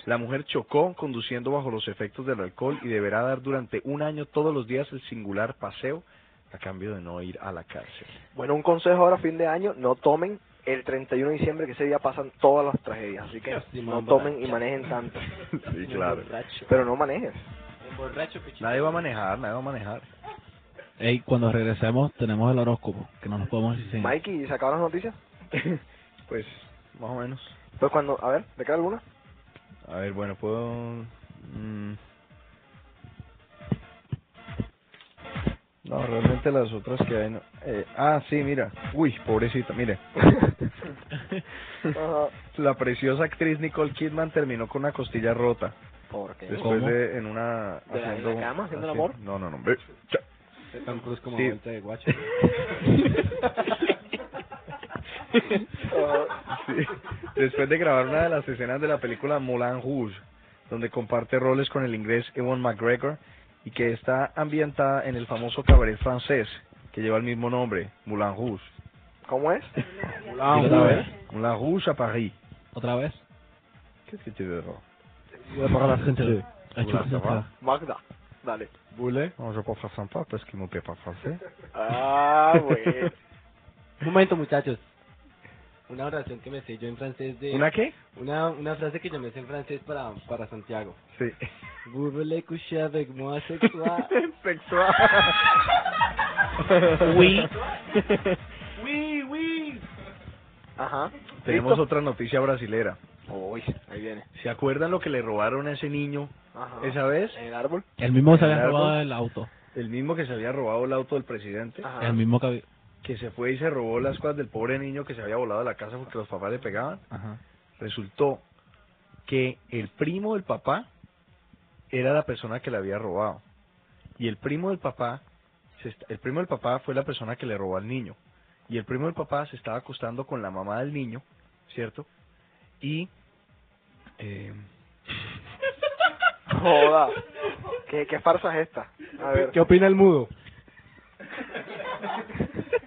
La mujer chocó conduciendo bajo los efectos del alcohol y deberá dar durante un año todos los días el singular paseo a cambio de no ir a la cárcel.
Bueno, un consejo ahora a fin de año, no tomen el 31 de diciembre, que ese día pasan todas las tragedias, así que
Sí,
no
man,
tomen y
borracho.
manejen tanto.
Sí, claro.
Pero no manejes.
El borracho pichito.
Nadie va a manejar, nadie va a manejar.
Ey, cuando regresemos tenemos el horóscopo, que no nos podemos ir sin.
Mikey, ¿se acabaron las noticias?
Pues, más o menos.
Pues cuando, a ver, ¿te queda alguna?
A ver, bueno, puedo... mm. No, realmente las otras que hay... no- eh, ah, sí, mira. Uy, pobrecita, mire.
Ajá.
La preciosa actriz Nicole Kidman terminó con una costilla rota.
¿Por qué?
Después
¿Cómo?
de, en una...
¿De la- en la cama, haciendo el amor?
No, no, no. ve, cha-
Tan cruz como
Sí.
vuelta de guacho.
Sí. Después de grabar una de las escenas de la película Moulin Rouge, donde comparte roles con el inglés Ewan McGregor y que está ambientada en el famoso cabaret francés que lleva el mismo nombre, Moulin Rouge.
¿Cómo es?
Moulin Rouge. Moulin Rouge a París.
¿Otra vez?
¿Qué es que te digo?
Voy a apagar la gente.
Sí.
Ah, chupa,
Moulin Rouge.
chupa.
Magda, dale.
Boulet.
Non, je parle sympa parce qu'il me plaît pas français.
Ah, güey.
Un momento, muchachos. Una oración que me sé yo en francés de...
¿Una qué?
Una, una frase que yo me sé en francés para, para Santiago.
Sí.
Vous voulez coucher avec moi ce soir?
Sexual.
Oui.
¡Wii, wii! Ajá.
Tenemos
¿Listo?
otra noticia brasilera.
Uy, ahí viene.
¿Se acuerdan lo que le robaron a ese niño
Ah.
Ajá.
esa vez?
¿En el árbol?
El mismo que se
El
había
árbol.
robado el auto.
El mismo que se había robado el auto del presidente.
Ah.
Ajá.
El mismo que había...
que se fue y se robó las cosas del pobre niño que se había volado de la casa porque los papás le pegaban,
Ajá.
resultó que el primo del papá era la persona que le había robado. Y el primo del papá, se est- el primo del papá fue la persona que le robó al niño. Y el primo del papá se estaba acostando con la mamá del niño, ¿cierto? Y eh,
Joda. ¿Qué, ¿Qué farsa es esta? A ver.
¿Qué opina el mudo?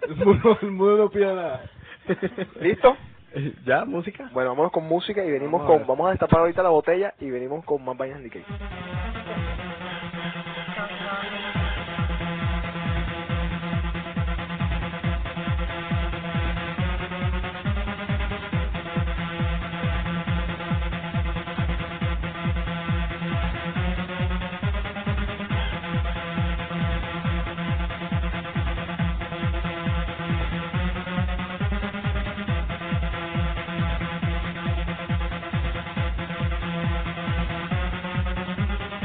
El mudo, el mudo no opina nada.
¿Listo?
ya, música.
Bueno, vámonos con música y venimos
Vamos a
con...
ver.
Vamos a destapar ahorita la botella y venimos con más vainas de Nikkei.
Thank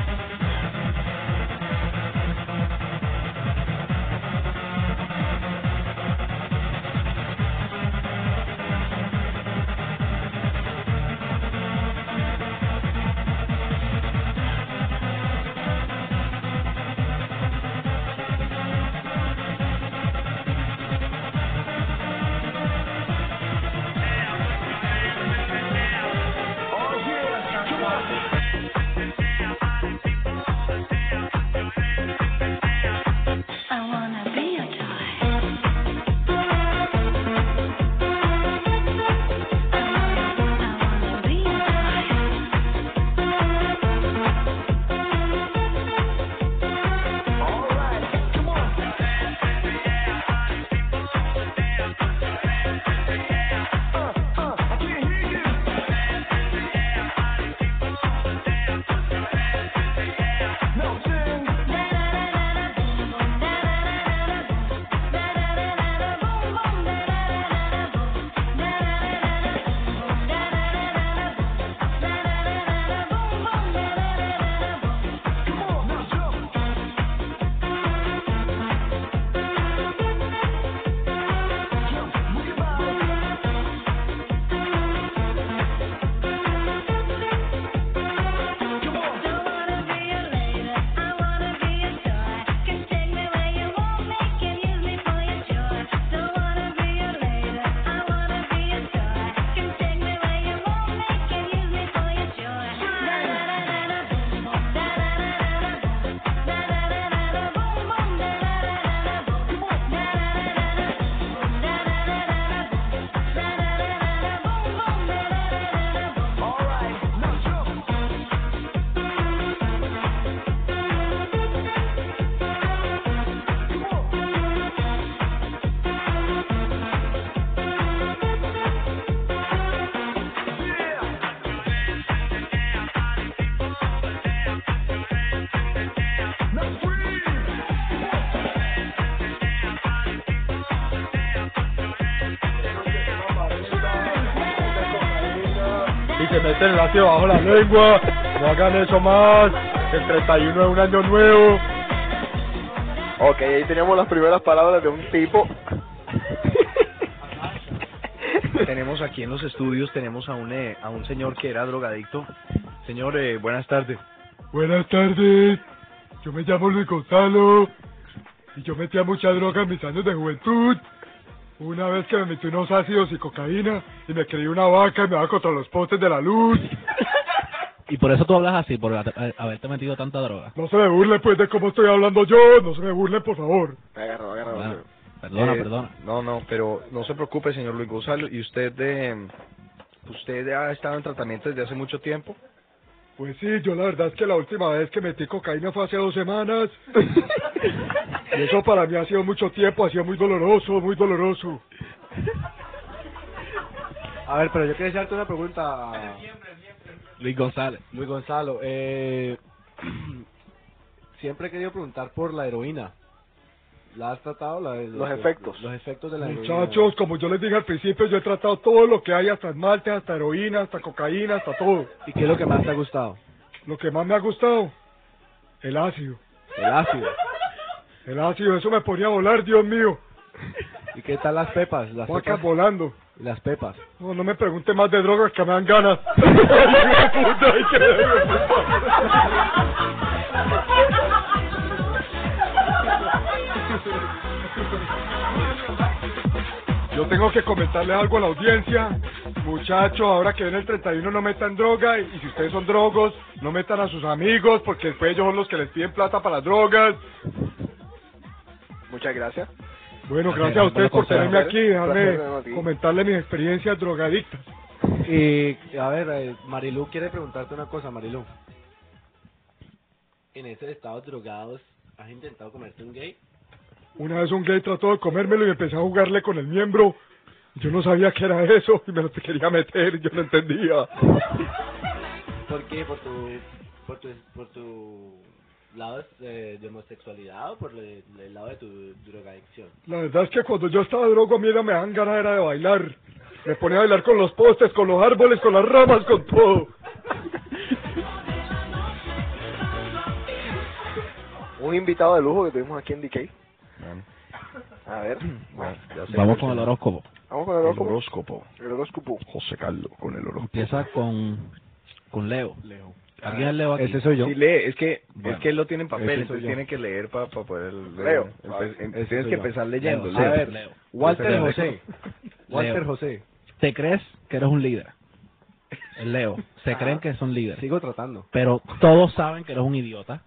y se meten hacia bajo la lengua. No hagan eso más. El 31 es un año nuevo.
Ok, ahí teníamos las primeras palabras de un tipo.
tenemos aquí en los estudios tenemos a un eh, a un señor que era drogadicto. Señor, eh, buenas tardes.
Buenas tardes. Yo me llamo Luis Gonzalo. Y yo metía mucha droga en mis años de juventud. Una vez que me metí unos ácidos y cocaína y me creí una vaca y me daba contra los postes de la luz.
Y por eso tú hablas así, por a- haberte metido tanta droga.
No se me burle pues de cómo estoy hablando yo. No se me burle, por favor.
Agarro, agarro.
Perdona,
Eh,
perdona.
No, no, pero no se preocupe, señor Luis Gonzalo. ¿Y usted de, usted ha estado en tratamiento desde hace mucho tiempo?
Pues sí, yo la verdad es que la última vez que metí cocaína fue hace dos semanas. y eso para mí ha sido mucho tiempo, ha sido muy doloroso, muy doloroso.
A ver, pero yo quería hacerte una pregunta.
Luis González.
Luis Gonzalo, eh, siempre he querido preguntar por la heroína. ¿La has tratado? La,
Los efectos.
Los efectos de la heroína.
Muchachos, como yo les dije al principio, yo he tratado todo lo que hay, hasta esmalte, hasta heroína, hasta cocaína, hasta todo.
¿Y qué es lo que más te ha gustado?
Lo que más me ha gustado, el ácido.
El ácido.
El ácido, eso me ponía a volar, Dios mío.
¿Y qué tal las pepas? Las
Vacas
pepas.
volando.
Las pepas.
No, no me pregunte más de drogas que me dan ganas. Hijo de puta, ay, qué Yo tengo que comentarles algo a la audiencia. Muchachos, ahora que viene el 31 no metan droga y, y si ustedes son drogos, no metan a sus amigos porque después ellos son los que les piden plata para las drogas.
Muchas gracias.
Bueno,
Así
gracias
es,
a ustedes
bueno,
por
consejo.
tenerme aquí y
Placer, ¿no? ¿eh? A ti.
dejarme comentarle mis experiencias drogadictas.
Y, a ver, eh, Marilu quiere preguntarte una cosa, Marilu.
En esos estados drogados, ¿has intentado comerte un gay?
Una vez un gay trató de comérmelo y empecé a jugarle con el miembro. Yo no sabía qué era eso y me lo quería meter, yo no entendía.
¿Por qué? ¿Por tu, por tu, por tu lado eh, de homosexualidad o por el, el lado de tu drogadicción?
La verdad es que cuando yo estaba drogo, a mí no me dan ganas era de bailar. Me ponía a bailar con los postes, con los árboles, con las ramas, con todo.
Un invitado de lujo que tuvimos aquí en DK. A ver.
Vamos con el horóscopo.
Vamos con el horóscopo.
horóscopo.
El horóscopo.
José Carlos con el horóscopo.
Empieza con, con Leo. Ah, ¿Alguien es Leo aquí?
Ese soy yo. Sí, lee, es que,
Bueno.
es que él lo tiene en papel,
Ese soy
entonces
yo.
tiene que leer para poder leer.
Leo.
Empe- em-
Ese
tienes
soy
que
yo.
empezar leyendo.
Leo,
sí.
a ver,
Leo.
Walter
Leo.
José. Walter
Leo.
José.
¿Te crees que eres un líder? El Leo. Se
Ajá.
creen que son líderes.
Sigo tratando.
Pero todos saben que eres un idiota.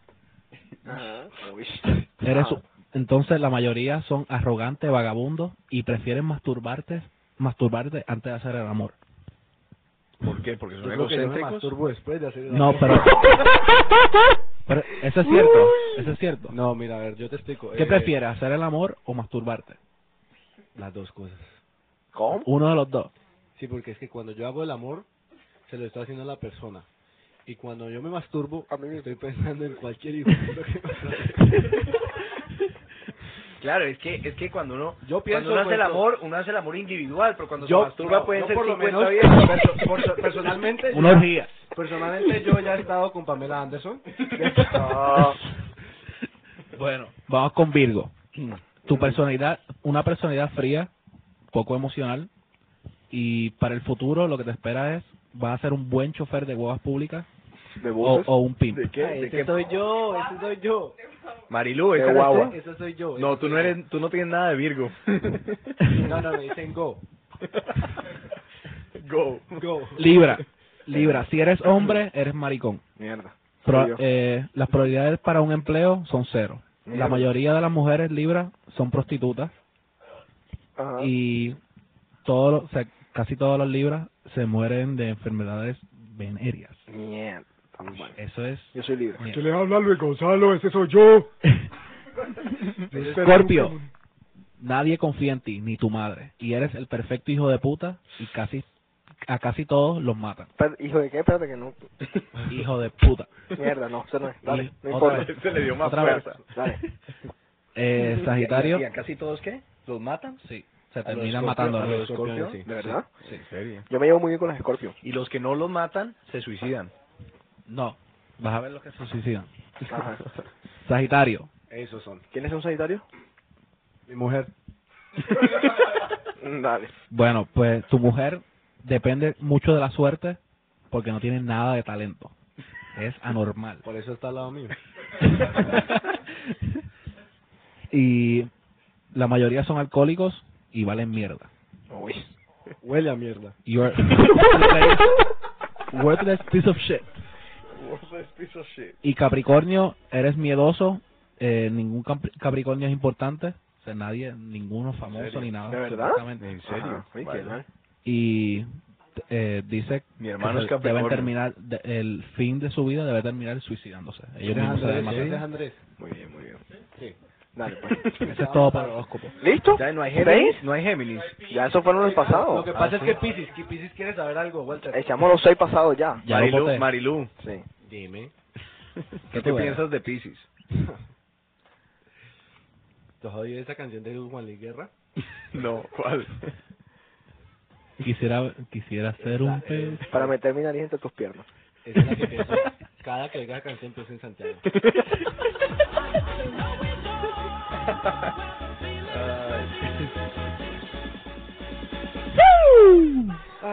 Eres un- entonces la mayoría son arrogantes, vagabundos y prefieren masturbarte, masturbarte antes de hacer el amor.
¿Por qué? Porque
Yo
son
creo que yo me
egocéntricos.
masturbo después de hacer el
No,
amor.
pero, pero eso es cierto, eso es cierto.
No, mira, a ver, yo te explico.
¿Qué
Eh,
prefieres, hacer el amor o masturbarte?
Las dos cosas.
¿Cómo?
Uno de los dos.
Sí, porque es que cuando yo hago el amor, se lo está haciendo a la persona. Y cuando yo me masturbo, a mí me estoy pensando en cualquier hijo. de puta que me
Claro, es que, es que cuando uno,
Yo
cuando
pienso,
uno hace el
pues,
amor, uno hace el amor individual, pero cuando
Yo-
se masturba
no,
pueden
yo
ser
por lo
50
menos-
viejas.
perso- por- personalmente,
Una orgía.
personalmente yo ya he estado con Pamela Anderson.
Bueno, vamos con Virgo. Tu personalidad, una personalidad fría, poco emocional y para el futuro lo que te espera es vas a ser un buen chofer de huevas públicas
¿De
o,
voces?
o un pimp.
¿De qué?
Ah,
¿De
ese
qué?
soy yo, ese soy yo.
Marilu, ¿esa
De
eres
guagua.
tú?
Ese soy yo.
No,
ese
tú
soy
no, eres, tú no tienes nada de Virgo.
yo. No, no, me dicen go.
Go.
Go.
Libra, Libra, si eres hombre eres maricón.
Mierda.
Pro-
Soy yo.
eh, las probabilidades para un empleo son cero. La
Mierda.
mayoría de las mujeres Libra son prostitutas
Ajá.
Ah.
y todos, los- o sea, casi todas las libras se mueren de enfermedades venéreas.
Mierda. tan mal.
Eso es.
Yo soy libre.
¿Qué le habla Luis Gonzalo? Ese soy yo. Yo espero
Scorpio.
nunca-
Nadie confía en ti, ni tu madre. Y eres el perfecto hijo de puta y casi a casi todos los matan.
Espérate, Hijo de qué, espérate que no.
Hijo de puta.
Mierda, no, eso no es. Dale,
Y
no
otra
importa.
vez.
Se le dio más
Otra vez.
fuerza.
Dale.
Eh, Sagitario.
¿Y a casi todos qué? ¿Los matan?
Sí. se
los
terminan
Scorpio-
matando.
a
¿no?
los Scorpio, ¿De verdad?
Sí.
Yo me llevo muy bien con las Scorpio.
Y los que no los matan, se suicidan.
No, vas a ver los que se suicidan.
Ajá.
Sagitario.
Esos son.
¿Quiénes son Sagitario?
Mi mujer. Mm,
Dale.
Bueno, pues tu mujer depende mucho de la suerte porque no tiene nada de talento. Es anormal.
Por eso está al lado mío.
y la mayoría son alcohólicos y valen mierda.
Uy.
Huele a mierda.
You're worthless piece of shit. Y Capricornio, eres miedoso. eh, ningún Capri- Capricornio es importante. O sea, nadie, ninguno famoso ni nada.
¿De verdad?
supuestamente.
¿En serio?
Ajá, uy, qué
Vale.
mal.
Y eh, dice
Mi hermano
que
es
se- deben
Capricornio.
terminar, de- el fin de su vida debe terminar suicidándose.
Ese
Ellos
es
mismos se
Andrés,
deben
ese es
matar.
Andrés.
Muy bien, muy bien.
Sí.
Dale, pues.
Eso es todo para el horóscopo.
¿Listo?
Ya no hay
¿Seis?
Géminis. No hay Géminis.
Ya eso fueron los pasados.
ah, Lo que pasa es que Pisces, que Pisces quiere saber algo, Walter.
Ah, Echamos los seis pasados ya.
Ya lo voté.
Marilu, Marilu,
Sí.
Dime.
¿qué
¿Qué
te
tú eres?
piensas de Pisces?
¿Tú has oído esa canción de Juan Luis Guerra?
No, ¿cuál?
Quisiera, quisiera ser un
Eh.
pez.
Para meter mi nariz entre tus piernas.
Esa es la que pienso. Cada que oiga la canción pienso en Santiago.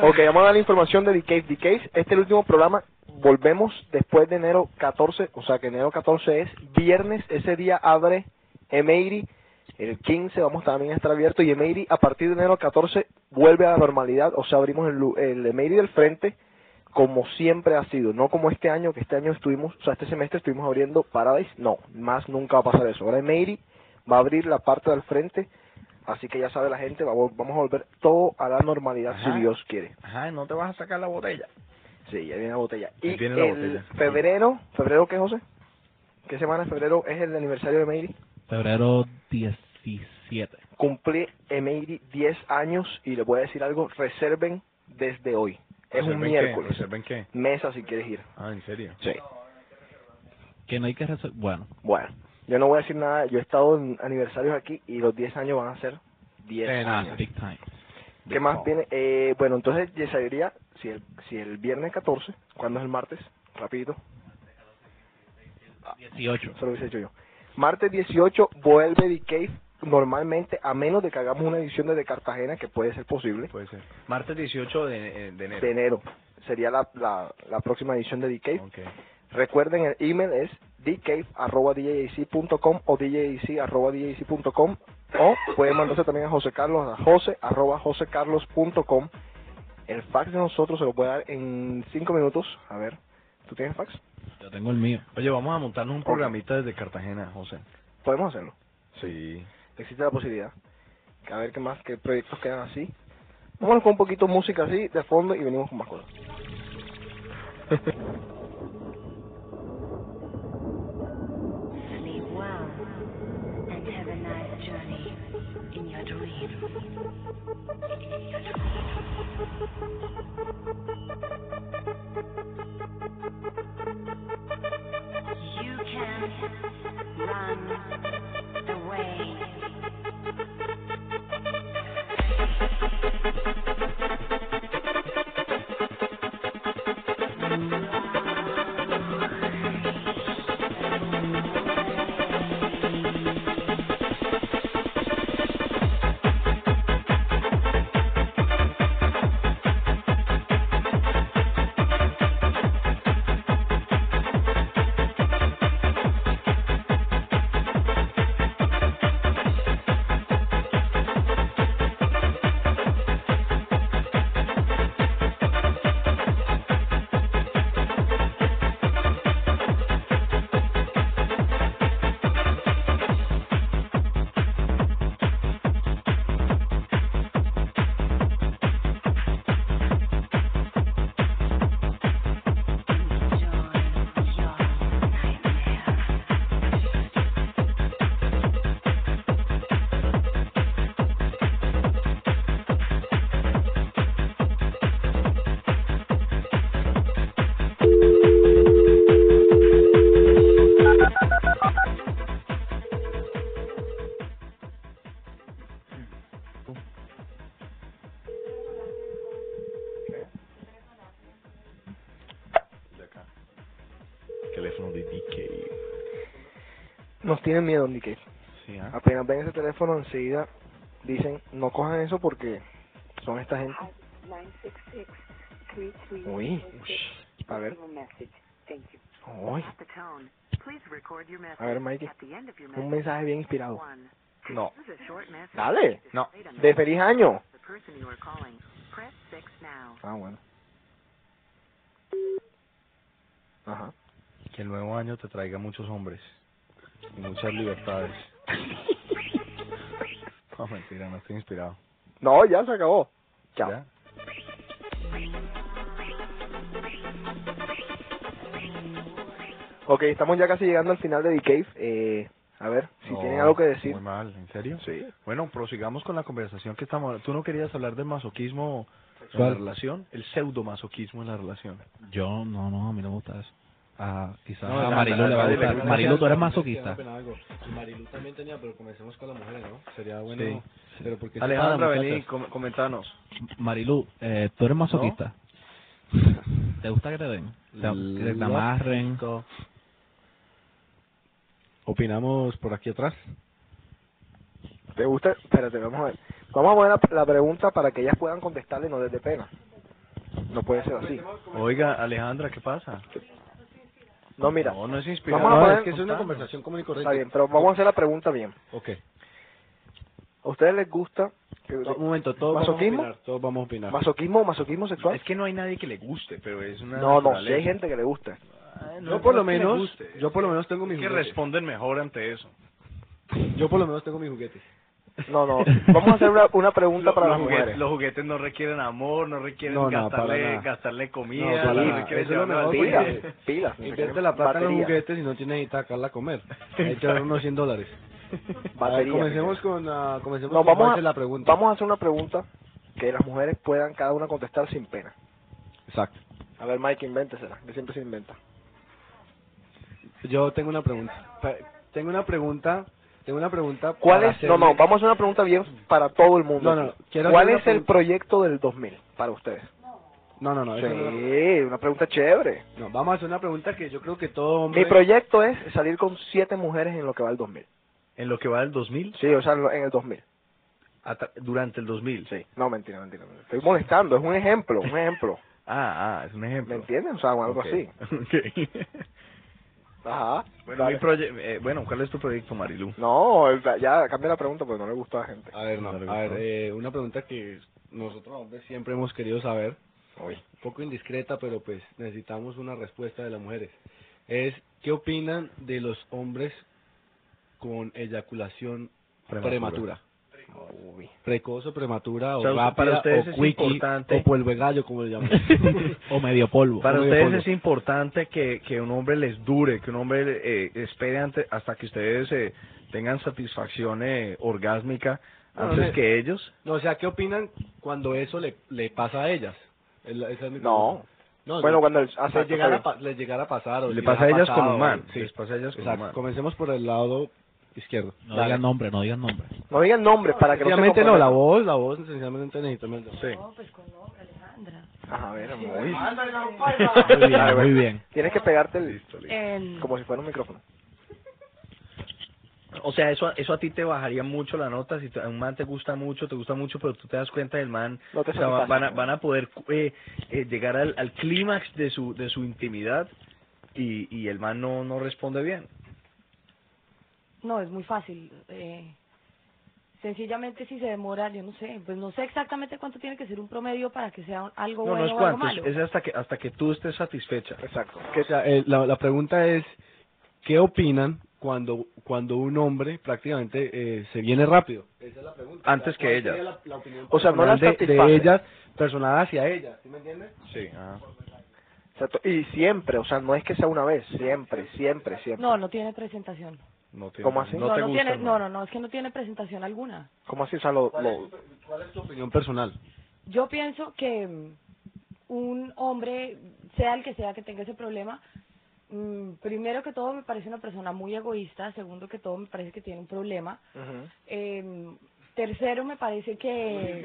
Ok, vamos a dar la información de The Cave. The Cave, este es el último programa. Volvemos después de enero 14, o sea que enero 14 es viernes. Ese día abre Emeiri. El 15 vamos también a estar abierto y Emeiri a partir de enero 14 vuelve a la normalidad, o sea, abrimos el, lu- el Emeiri del frente como siempre ha sido, no como este año, que este año estuvimos, o sea, este semestre estuvimos abriendo Paradise, no, más nunca va a pasar eso. Ahora Emeiri va a abrir la parte del frente, así que ya sabe la gente, va a vol- vamos a volver todo a la normalidad
Ajá.
si Dios quiere.
Ajá, no te vas a sacar la botella.
Sí, ya viene la botella.
Ahí
Y
viene la
el
botella.
febrero, ¿febrero qué, José? ¿Qué semana de febrero es el aniversario de Meiri?
Febrero 17.
Cumplí Emeiri 10 años y les voy a decir algo, reserven desde hoy. Es un
¿Reserven qué?
miércoles.
¿Reserven qué?
Mesa si quieres ir.
Ah, ¿en serio?
Sí.
Que no hay que resolver. Bueno,
Bueno, yo no voy a decir nada, yo he estado en aniversarios aquí y los 10 años van a ser 10
ah,
años.
big time.
¿Qué más viene? Eh, bueno, entonces ya sabría si el, si el viernes 14, ¿cuándo es el martes? Rapidito.
18.
Eso lo hubiese hecho yo. Martes 18 vuelve The Cave normalmente, a menos de que hagamos una edición desde Cartagena, que puede ser posible,
Puede ser. Martes 18 de, eh, de enero.
de enero. Sería la, la, la próxima edición de The Cave.
Ok.
Recuerden, el email es dcave.com o djac.com o pueden mandarse también a José Carlos a jose, arroba josecarlos.com. El fax de nosotros se lo voy a dar en 5 minutos. A ver, ¿tú tienes fax?
Yo tengo el mío.
Oye, vamos a montarnos un programita desde Cartagena, José.
Podemos hacerlo.
Sí.
Existe la posibilidad. A ver qué más, qué proyectos quedan así. Vámonos con un poquito de música así de fondo y venimos con más cosas.
Sleep well and have a nice journey in your dream. You can run away. Thank
nos tienen miedo, Nikkei.
Sí, ¿ah?
Apenas ven ese teléfono, enseguida dicen, no cojan eso porque son esta gente. Uy. A ver. Uy. A ver, Mikey. Un mensaje bien inspirado.
No.
Dale.
No.
De feliz año.
Ah, bueno.
Ajá.
Que el nuevo año te traiga muchos hombres y muchas libertades. No, mentira, no estoy inspirado.
No, ya se acabó. Chao.
¿Ya?
Ok, estamos ya casi llegando al final de The Cave. Eh, a ver, si
No,
tienen algo que decir.
Muy mal, ¿en serio? Sí. Bueno, prosigamos con la conversación que estamos... ¿Tú no querías hablar del masoquismo en la
Sexual.
relación? El pseudo masoquismo en la relación.
Yo, no, no, a mí no me gusta eso. Ah, quizás
No,
a
la-
Marilu
la-
le va a
la- la-
gustar.
la-
Marilu, tú eres masoquista.
Marilu también tenía, pero comencemos con la mujer, ¿no? Sería Ah, bueno.
Sí.
Pero porque
Alejandra,
separan,
vení,
muchachas.
com- comentanos.
Marilu, eh, tú eres masoquista. ¿Te gusta que te den? Te- Que te amarren.
Opinamos por aquí atrás.
¿Te gusta? Espérate, vamos a ver. Vamos a poner la, la pregunta para que ellas puedan contestarle y no les dé pena. No puede ser así.
Oiga, Alejandra, ¿qué pasa?
No, mira.
No, no es inspirado.
Vamos a
No,
poner...
es que es una conversación
común y
Está bien, pero vamos a hacer la pregunta bien.
Ok.
¿A ustedes les gusta que-
Un momento, todos
masoquismo?
vamos a opinar. Todos vamos a opinar.
¿Masoquismo o masoquismo sexual?
Es que no hay nadie que le guste, pero es una
No, no, sí
naturaleza.
hay gente que le gusta.
Ay, no,
Yo por
no
lo
es que le
menos,
guste,
yo por lo menos tengo
es
mis
que
juguetes.
responden mejor ante eso.
Yo por lo menos tengo mis juguetes.
No, no, vamos a hacer una, una pregunta
Lo-
para
los,
las
juguetes,
mujeres.
los juguetes no requieren amor, no requieren
No, no, para
gastarle,
nada.
gastarle
No,
comida,
para
no,
nada. Eso
requieren
es lo
llevarlo al
mejor,
cine.
porque-
Pilas,
Invierte la plata en
batería.
los juguetes y no tienes que sacarla a comer. Hay que dar unos 100 dólares. A ver,
Batería,
comencemos con, ah, comencemos
No,
con
vamos
cuál
a-
es la pregunta.
Vamos a hacer una pregunta que las mujeres puedan cada una contestar sin pena.
Exacto.
A ver, Mike, invéntesela, que siempre se inventa.
Yo tengo una pregunta. Pa- Tengo una pregunta. Tengo una pregunta.
¿Cuál
para
es? No, no,
hacerle-
vamos a hacer una pregunta bien para todo el mundo.
No, no,
aquí.
quiero
¿Cuál
hacer una
es el
pregunta-
proyecto del 2000 para ustedes?
No, no, no. eso no,
Sí, una pregunta chévere.
no, Vamos a hacer una pregunta que yo creo que todo hombre.
Mi proyecto es salir con siete mujeres en lo que va el 2000.
En lo que va del 2000,
Sí, o sea, en lo- en el 2000.
a tra- durante el 2000.
Sí. No, mentira, mentira. mentira. Estoy molestando, es un ejemplo, un ejemplo.
Ah, ah, es un
¿Me
ejemplo.
entienden? O sea, algo
Ok.
así.
Ok.
Ajá.
bueno,
Dale.
mi proye- eh, bueno, ¿cuál es tu proyecto, Marilu?
No, el- ya cambia la pregunta porque no le gustó a la gente.
A ver, no.
Dale,
A ver,
por favor.
eh, una pregunta que nosotros hombres siempre hemos querido saber.
Uy.
Un poco indiscreta, pero pues necesitamos una respuesta de las mujeres. Es, ¿qué opinan de los hombres con eyaculación prematura?
Uy.
Precoz o prematura, o,
O sea,
rápida,
para ustedes
o
es
quickie,
importante-
o polvo de gallo, como le llamamos.
o medio polvo.
Para
Muy
ustedes
polvo.
es importante que, que un hombre les dure, que un hombre eh, espere ante- hasta que ustedes eh, tengan satisfacción eh, orgásmica
No, no
antes
sé.
que ellos.
No, o sea, ¿qué opinan cuando eso le, le pasa a ellas? Es la- esa es mi
No.
pregunta. No,
Bueno,
no.
cuando el-
Les
ah, exacto,
llegara,
está
a pa- les llegara a pasar. O
Le
si les
pasa
ha
a ellas
pasado,
con un
eh,
man,
Sí.
les pasa a ellas con un
Exacto.
man.
Comencemos por el lado izquierdo.
No digan nombre, no digan nombre.
bien. No digan nombres para que no se
Obviamente no, la
comprometan.
voz, la voz, esencialmente necesitamos el nombre.
No, pues con nombre, Alejandra.
Ajá, a ver, muy bien.
Muy bien,
Dale,
muy
bueno.
bien.
Tienes que pegarte el...
Em,
como si fuera un micrófono.
O sea, eso, a- eso a ti te bajaría mucho la nota si te- a un man te gusta mucho, te gusta mucho, pero tú te das cuenta del man,
No te
o sea, va-
satisface.
van, a, van a poder eh, eh, llegar al, al clímax de su, de su intimidad y, y el man no, no responde bien.
No, es muy fácil. Eh, sencillamente si se demora, yo no sé, pues no sé exactamente cuánto tiene que ser un promedio para que sea algo
No, no
bueno
es
o algo
cuánto,
malo.
es hasta que, hasta que tú estés satisfecha.
Exacto.
O sea, eh, la, la pregunta es, ¿qué opinan cuando cuando un hombre prácticamente eh, se viene rápido? Esa es la pregunta.
Antes que
¿Cuál
ellas.
sería la- la opinión
O sea, no
personal
las
de,
satisface.
de ellas, personal hacia ellas, ¿sí me entiendes?
Sí, Ah, ajá.
Exacto. Y siempre, o sea, no es que sea una vez, siempre, siempre, siempre.
No, no tiene presentación.
No te,
¿Cómo así?
No,
no,
te
no
gusta,
tiene,
el
no,
man.
no, no, es que no tiene presentación alguna.
¿Cómo así? O sea, lo... lo-
¿Cuál es tu opinión personal?
Yo pienso que mm, un hombre, sea el que sea que tenga ese problema, mm, primero que todo me parece una persona muy egoísta, segundo que todo me parece que tiene un problema,
Ujú.
eh, tercero me parece que,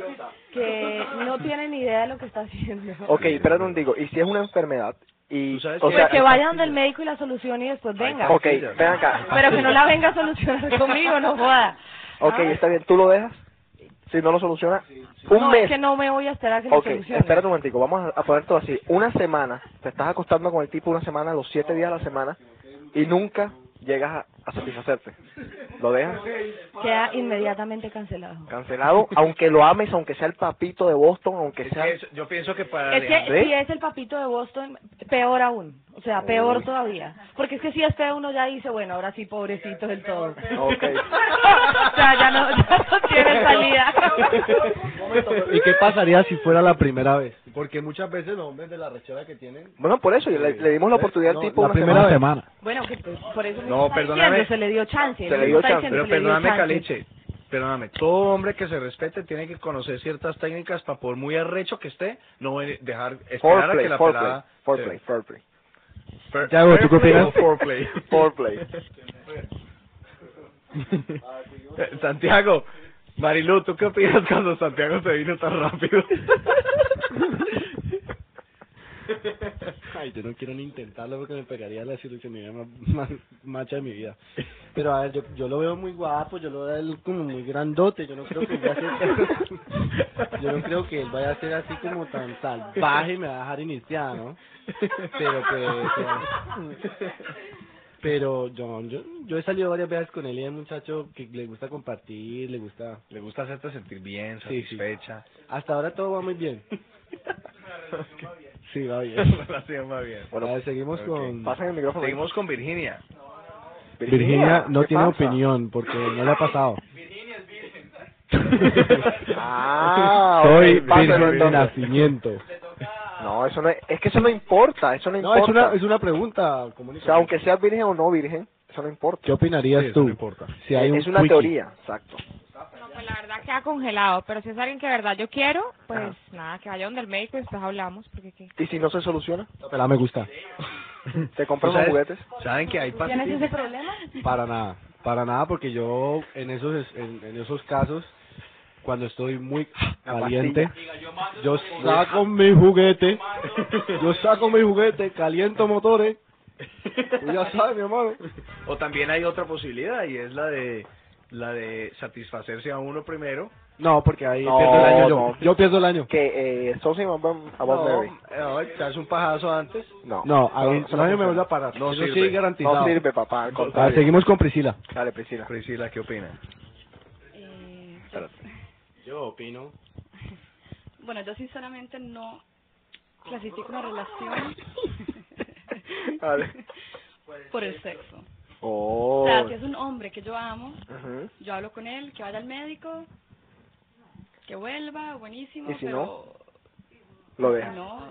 que no tiene ni idea de lo que está haciendo.
Ok, espérate un digo. ¿Y si es una enfermedad Y,
sabes
o
Pues
sea,
que vaya donde el médico y la solución y después venga.
Ok, ven acá.
Pero que no la venga a solucionar conmigo, no joda.
Ok,
Ah.
está bien, tú lo dejas. Si no lo soluciona, un
no,
mes.
es que no me voy a esperar a que
Ok,
me solucione.
espérate un momentico, vamos a a poner todo así. Una semana, te estás acostando con el tipo una semana, los siete días de la semana, y nunca llegas a, a satisfacerte. Lo dejas
Queda inmediatamente cancelado.
cancelado, aunque lo ames, aunque sea el papito de Boston, aunque sea...
Yo pienso que para
Es que si es el papito de Boston, peor aún. O sea, peor todavía. Porque es que si es feo, uno ya dice, bueno, ahora sí, pobrecito del todo.
Ok.
o sea, ya no, ya no tiene salida.
¿Y qué pasaría si fuera la primera vez? Porque muchas veces los hombres de la rechera que tienen...
Bueno, por eso, y le, le dimos la oportunidad
No,
al tipo
la
una
primera
semana.
Bueno, que pues, por eso
No,
mismo está
perdóname.
diciendo, se le dio chance.
Se
él
le
mismo
dio
está
chance,
diciendo,
pero
se le dio
perdóname,
chance.
Caliche. Perdóname, todo hombre que se respete tiene que conocer ciertas técnicas para por muy arrecho que esté, no eh, dejar esperar a
Foreplay,
que la
foreplay,
pelada
foreplay, foreplay.
Fer-
Yago, ¿tú qué
fair play
opinas?
o Foreplay.
Foreplay.
Eh, Santiago, Marilu, ¿tú qué opinas cuando Santiago se vino tan rápido?
Ay, yo no quiero ni intentarlo porque me pegaría la desilusionidad más, más macha de mi vida. Pero a ver, yo, yo lo veo muy guapo, yo lo veo a él como muy grandote, yo no creo que él vaya a ser, yo no creo que él vaya a ser así como tan salvaje y me va a dejar iniciada, ¿no? Pero pues, o sea, pero yo, yo, yo he salido varias veces con él y es un muchacho que le gusta compartir, le gusta,
Le gusta hacerte sentir bien,
Sí, sí.
satisfecha.
hasta ahora todo va muy bien. Sí, va bien.
Relación va bien.
A ver, seguimos con...
Pasen el micrófono.
Seguimos con Virginia.
Virginia no
¿qué
tiene
pasa?
opinión porque no le ha pasado.
Ah, ok,
Soy
pásalo
virgen de
entonces.
nacimiento.
No, eso no es, es que eso no importa, eso no,
No,
importa.
es una, es una pregunta. común y
O sea,
corriente.
aunque seas virgen o no virgen, eso no importa.
¿Qué opinarías
Sí, eso
tú?
no importa.
Si hay un
es una
quickie.
teoría, exacto.
No, pues la verdad queda congelado. Pero si es alguien que de verdad yo quiero, pues nada, que vaya donde el médico y después hablamos. Porque qué.
¿Y si no se soluciona?
Pelada me gusta.
¿Te compras
¿Tú
unos
sabes?
juguetes?
¿Saben que hay
¿Tienes ese problema?
Para nada. Para nada porque yo en esos es- en, en esos casos cuando estoy muy caliente yo saco mi juguete yo saco mi juguete caliento motores tú ya sabes mi hermano
O también hay otra posibilidad y es la de la de satisfacerse a uno primero.
no porque ahí
No,
pierdo el año yo
no.
yo pierdo el año
Que eh, something about, about
no,
Mary.
eh, te haces un pajazo antes.
No.
No, a mí,
eso
no,
no
yo
funciona.
me vuelvo a parar.
No
Eso
sirve.
sí garantizado.
No sirve, papá. al
A ver,
contrario.
seguimos con Priscila.
Dale, Priscila.
Priscila, ¿qué opinas?
Eh,
Yo opino.
bueno, yo sinceramente no clasifico una relación
Dale.
por el sexo.
Oh.
O sea, si es un hombre que yo amo,
Ujú.
yo hablo con él, que vaya al médico, que vuelva, buenísimo.
¿Y si
pero
no? Lo dejas.
No,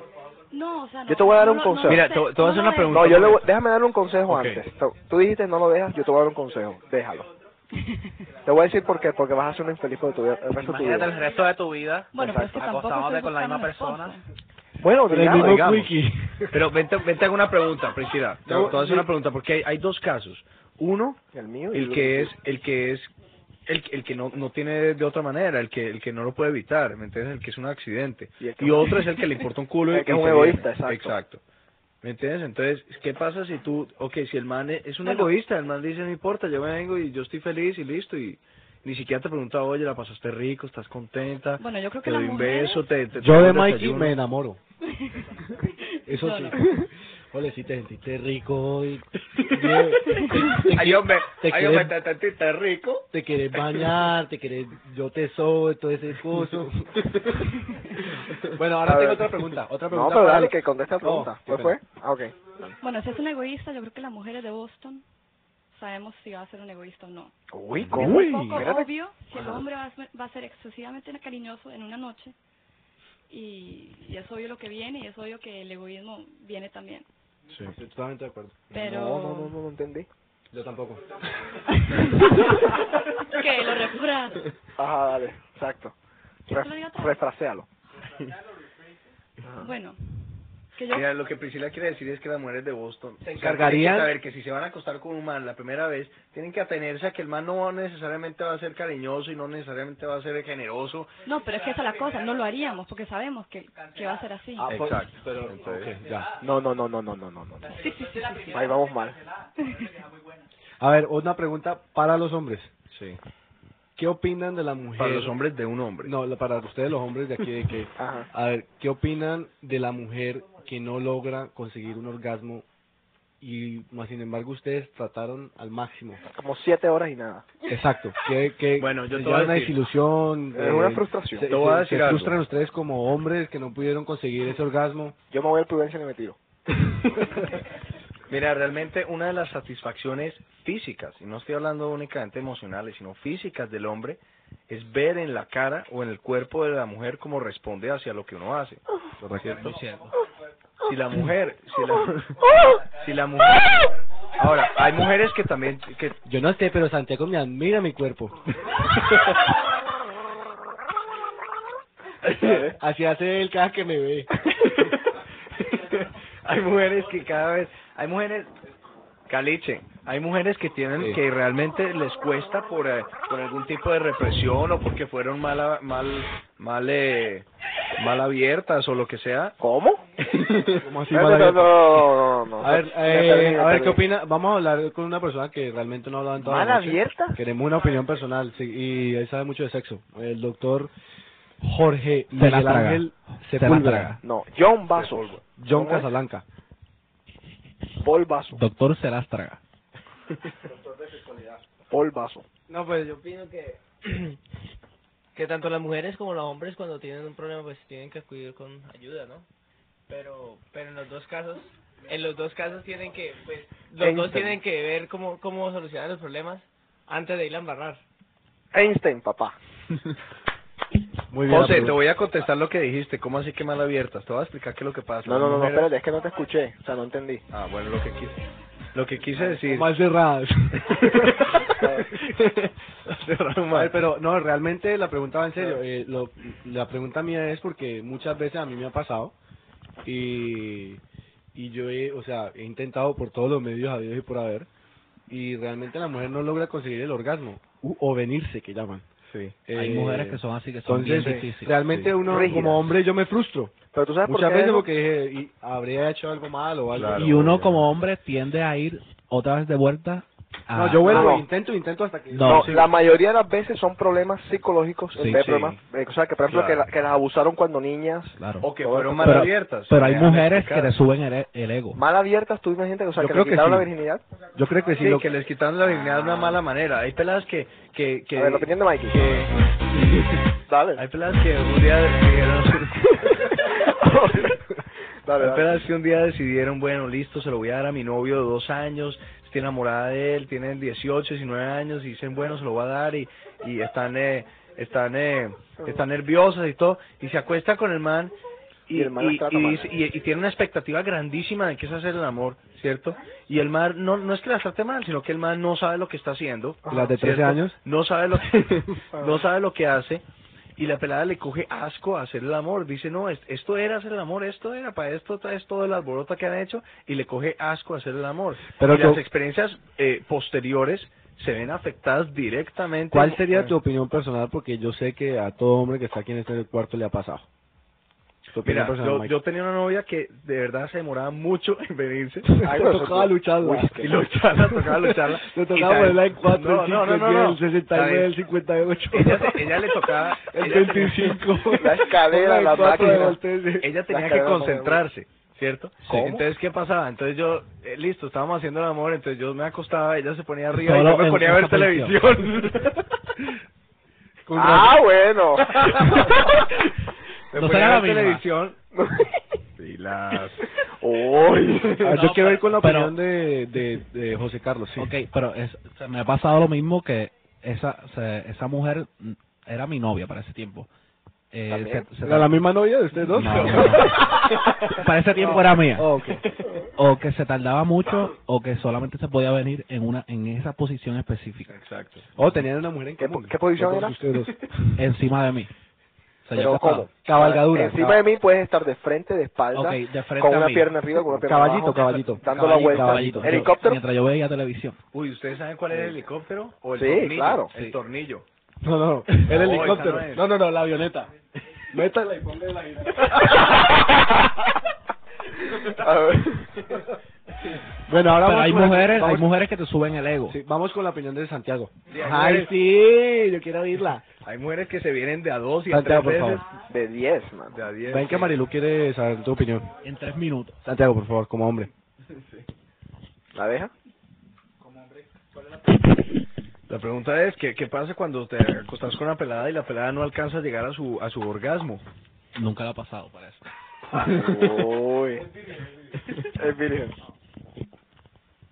no, o sea, no.
Yo te voy a dar
no
un
lo- no
consejo.
lo sé, no lo sé.
No, yo le voy- déjame darle un consejo antes. Tú- Tú dijiste no lo dejas, yo te voy a dar un consejo. Déjalo. Te voy a decir por qué, porque vas a ser un infeliz por tu vida, el resto de tu vida.
Imagínate el resto de tu vida
Bueno, pero es que tampoco
acostándote
estoy
con la misma
buscando una
persona.
Bueno,
Pero
digamos,
digamos,
digamos.
digamos. Pero vente, vente a una pregunta, Priscila. Te, te voy a hacer una pregunta porque hay, hay dos casos. Uno,
El mío y
el
el
que es el que es el, el que no, no tiene de otra manera, el que el que no lo puede evitar, ¿me entiendes? El que es un accidente.
Y, el que-
Y otro es el que le importa un culo y
El que es
y
un
se
egoísta,
viene.
exacto.
¿Me entiendes? Entonces, ¿qué pasa si tú, ok, si el man es es un
Bueno.
egoísta, el man dice, no importa, yo vengo y yo estoy feliz y listo, y ni siquiera te pregunta, oye, la pasaste rico, estás contenta,
Bueno, yo creo
te
que la
doy un
mujer...
beso, te, te- te
Yo
doy
de
un
Mikey
desayuno".
me enamoro. Eso
No,
sí.
no.
Ole, si te sentiste rico y
Ay, hombre,
te
ay,
quieres-
hombre, te sentiste rico.
te quieres bañar, te quieres, yo te soy, todo ese coso. bueno,
A
ahora tengo
ver.
otra pregunta, otra
No,
pregunta.
pero
para-
dale, que conteste la
Oh,
pregunta.
qué
¿Qué
pena.
fue? Ah, ok.
Bueno, si es un egoísta, yo creo que las mujeres de Boston sabemos si va a ser un egoísta o no.
Uy,
Es
¿cómo?
un poco
Espérate.
obvio que el
Ajá.
hombre va a, ser, va a ser excesivamente cariñoso en una noche y, y es obvio lo que viene y es obvio que el egoísmo viene también.
Sí, estoy totalmente de acuerdo.
Pero
No, no, no, no, no entendí.
Yo tampoco.
que lo refra.
Ajá, dale, exacto.
¿Quieres que lo diga
Re-
otra vez?
Refrasealo.
Bueno,
que yo
Mira, lo que Priscila quiere decir es que las mujeres de Boston se
encargarían-
A ver, que si se van a acostar con un man la primera vez, tienen que atenerse a que el man no necesariamente va a ser cariñoso y no necesariamente va a ser generoso.
no pero es que esa es la cosa no lo haríamos porque sabemos que, que va a ser así
Exacto.
Pero,
Entonces,
ya. No, no, no, no, no, no, no. no. Ahí vamos mal.
A ver, una pregunta para los hombres.
Sí.
¿Qué opinan de la mujer?
Para los hombres de un hombre.
No, la- para ustedes los hombres de aquí de que... A ver, ¿qué opinan de la mujer que no logra conseguir un orgasmo y más sin embargo ustedes trataron al máximo?
Como siete horas y nada.
Exacto. Que, que bueno,
yo te voy a
una
decir.
desilusión. eh,
Es una frustración.
Se,
Te voy a
se-
decir
se
algo.
frustran ustedes como hombres que no pudieron conseguir ese orgasmo.
Yo me voy al Prudencia y me tiro.
Mira, realmente una de las satisfacciones físicas, y no estoy hablando únicamente emocionales, sino físicas del hombre, es ver en la cara o en el cuerpo de la mujer cómo responde hacia lo que uno hace. ¿Cierto? Si la mujer, si la, si la mujer, ahora hay mujeres que también que
Yo no sé, pero Santiago me admira mi cuerpo. ¿Eh? Así hace él cada que me ve.
hay mujeres que cada vez hay mujeres caliche hay mujeres que tienen que realmente les cuesta por eh, por algún tipo de represión o porque fueron mal mal mal eh, mal abiertas o lo que sea
cómo
¿Cómo así
No,
mala
no,
gente?
no, no, no.
A ver,
Me
eh,
perdí, me
a ver
perdí.
¿qué opina? Vamos a hablar con una persona que realmente no ha hablado en toda la
¿Mala
noche.
abierta?
Queremos una opinión personal sí, y él sabe mucho de sexo. El doctor Jorge
Se la
Miguel
traga.
Ángel
Se la
Sepúlveda.
traga.
No, John Vasos.
John
¿Cómo es?
Casablanca.
Paul Vaso.
Doctor Serástraga.
Paul Vaso.
No, pues yo opino que que tanto las mujeres como los hombres cuando tienen un problema pues tienen que acudir con ayuda, ¿no? Pero pero en los dos casos, en los dos casos tienen que pues los dos
Einstein.
tienen que ver cómo cómo solucionar los problemas antes de ir a embarrar.
Einstein, papá.
Muy
bien,
José,
aprobado.
te voy a contestar lo que dijiste. ¿Cómo así que mal abiertas? Te voy a explicar qué es lo que pasa.
No, no, no, no,
Mujeres-
espérate, es que no te escuché. O sea, no entendí.
Ah, bueno, lo que quise, lo que quise decir.
Más cerradas.
Cerraron
A
mal.
ver, pero no, realmente la pregunta va en serio. Eh, lo- la pregunta mía es porque muchas veces a mí me ha pasado y, y yo he, o sea, he intentado por todos los medios habidos y por haber y realmente la mujer no logra conseguir el orgasmo u- o venirse que llaman. Eh,
Sí.
Hay
eh,
mujeres que son así, que son bien difíciles.
Realmente
Sí.
uno
Rígidas.
como hombre yo me frustro.
Pero tú sabes por
muchas
qué
veces
eso?
porque dije, "Y- habría hecho algo malo o algo.
y uno como hombre tiende a ir otra vez de vuelta a...
No, yo vuelvo,
No.
intento, intento hasta que...
No,
Ah, sí.
la mayoría de las veces son problemas psicológicos en
Sí,
vez de
sí.
problemas, eh, o sea, que por ejemplo que,
Claro.
la- que las abusaron cuando niñas,
Claro.
O que fueron mal
pero,
abiertas.
pero hay
Me han
mujeres que
explicado.
le suben el, e- el ego.
mal abiertas, tú imagínate, o sea,
Yo
que
creo
le
que
quitaron
sí.
la virginidad.
Yo creo que sí.
Sí,
lo-
que les quitaron la virginidad de una mala manera. Hay peladas que... que, que
Ah. A ver, la opinión de Mikey. Dale.
Hay peladas que un día decidieron...
Dale,
Hay
dale.
peladas que un día decidieron, bueno, listo, se lo voy a dar a mi novio de dos años, estoy enamorada de él, tienen 18, 19 años, y dicen, bueno, se lo voy a dar, y, y están... Eh, están eh, están nerviosas y todo y se acuesta con el man y,
Y el man la
y-
trata
y
mal.
dice- y- y tiene una expectativa grandísima de que es hacer el amor, ¿cierto? Y el man, no, no es que la trate mal, sino que el man no sabe lo que está haciendo.
Ajá. ¿Las de 13
¿cierto?
años?
No sabe lo que, no sabe lo que hace. Y la pelada le coge asco a hacer el amor. Dice, no, es- esto era hacer el amor, esto era, para esto es todo el alboroto que han hecho. Y le coge asco a hacer el amor.
Pero
y
yo-
las experiencias eh, posteriores se ven afectadas directamente. Ah.
¿Cuál sería tu opinión personal? Porque yo sé que a todo hombre que está aquí en este cuarto le ha pasado. Tu opinión
Mira,
personal,
yo,
Mike.
yo tenía una novia que de verdad se demoraba mucho en venirse.
Ay, me tocaba lucharla.
Uy, Y lucharla, tocaba lucharla.
Le
Y
tocaba
sabe-
ponerla en 4,
No,
el 5,
no, no,
el
no,
10,
no.
el 69,
Sabe,
el 58.
Ella, se- ella le tocaba...
El
ella-
25.
La escalera,
Ponla en
la
cuatro de
máquina.
volteos.
Ella
La
tenía que
escalera,
concentrarse, ¿cierto?
¿Cómo?
Entonces, ¿qué pasaba? Entonces yo, eh, listo, estábamos haciendo el amor, entonces yo me acostaba, ella se ponía arriba
Solo
y yo me
en
ponía a
esa
ver
posición.
televisión. Con
Ah, bueno.
me
No
ponía
será la
a ver
misma. Ah,
televisión. Y las...
Uy.
Ah, yo
No,
quiero ver
pero-
con la
pero-
opinión de, de, de José Carlos, sí.
Ok, pero es- o sea, me ha pasado lo mismo que esa se- esa mujer mm, era mi novia para ese tiempo. Eh,
¿También?
se- se-
¿La, la misma novia de ustedes dos?
No, no. para ese tiempo era mía.
Oh, ok.
O que se tardaba mucho o que solamente se podía venir en una en esa posición específica
Exacto.
Oh, tenían una mujer en
¿Qué,
común.
po- qué posición
Todos
era?
ustedes dos.
encima de mí. Señor
Pero
Capado.
¿cómo?
Cabalgadura.
Encima de mí puedes estar de frente, de espalda,
Ok, de frente
con
a
una
mí.
pierna arriba, con una pierna
Caballito,
abajo,
caballito.
dando la
Caballito,
vuelta.
caballito. Yo-
Helicóptero.
mientras yo veía televisión.
Uy, ¿ustedes saben cuál es el helicóptero? O el
Sí,
tornillo.
claro.
El
Sí.
tornillo.
No, no,
No,
el
esa
helicóptero.
no es.
No, no, no, la avioneta. Métala y ponle la
A ver.
Bueno, ahora
Pero
vamos
hay
con la-
mujeres, hay
vamos-
mujeres que te suben el ego.
Sí, vamos con la opinión de Santiago.
Sí, hay
Ay,
mujeres-
sí, yo quiero oírla.
Hay mujeres que se vienen de a dos y a
Santiago,
tres
por
veces.
De diez, man.
De a diez.
Ven que Marilu quiere saber tu opinión.
En tres minutos.
Santiago, por favor, como hombre.
¿La deja?
La pregunta es, ¿qué, ¿qué pasa cuando te acostás con una pelada y la pelada no alcanza a llegar a su, a su orgasmo?
Nunca la ha pasado, parece.
Uy. Es virgen.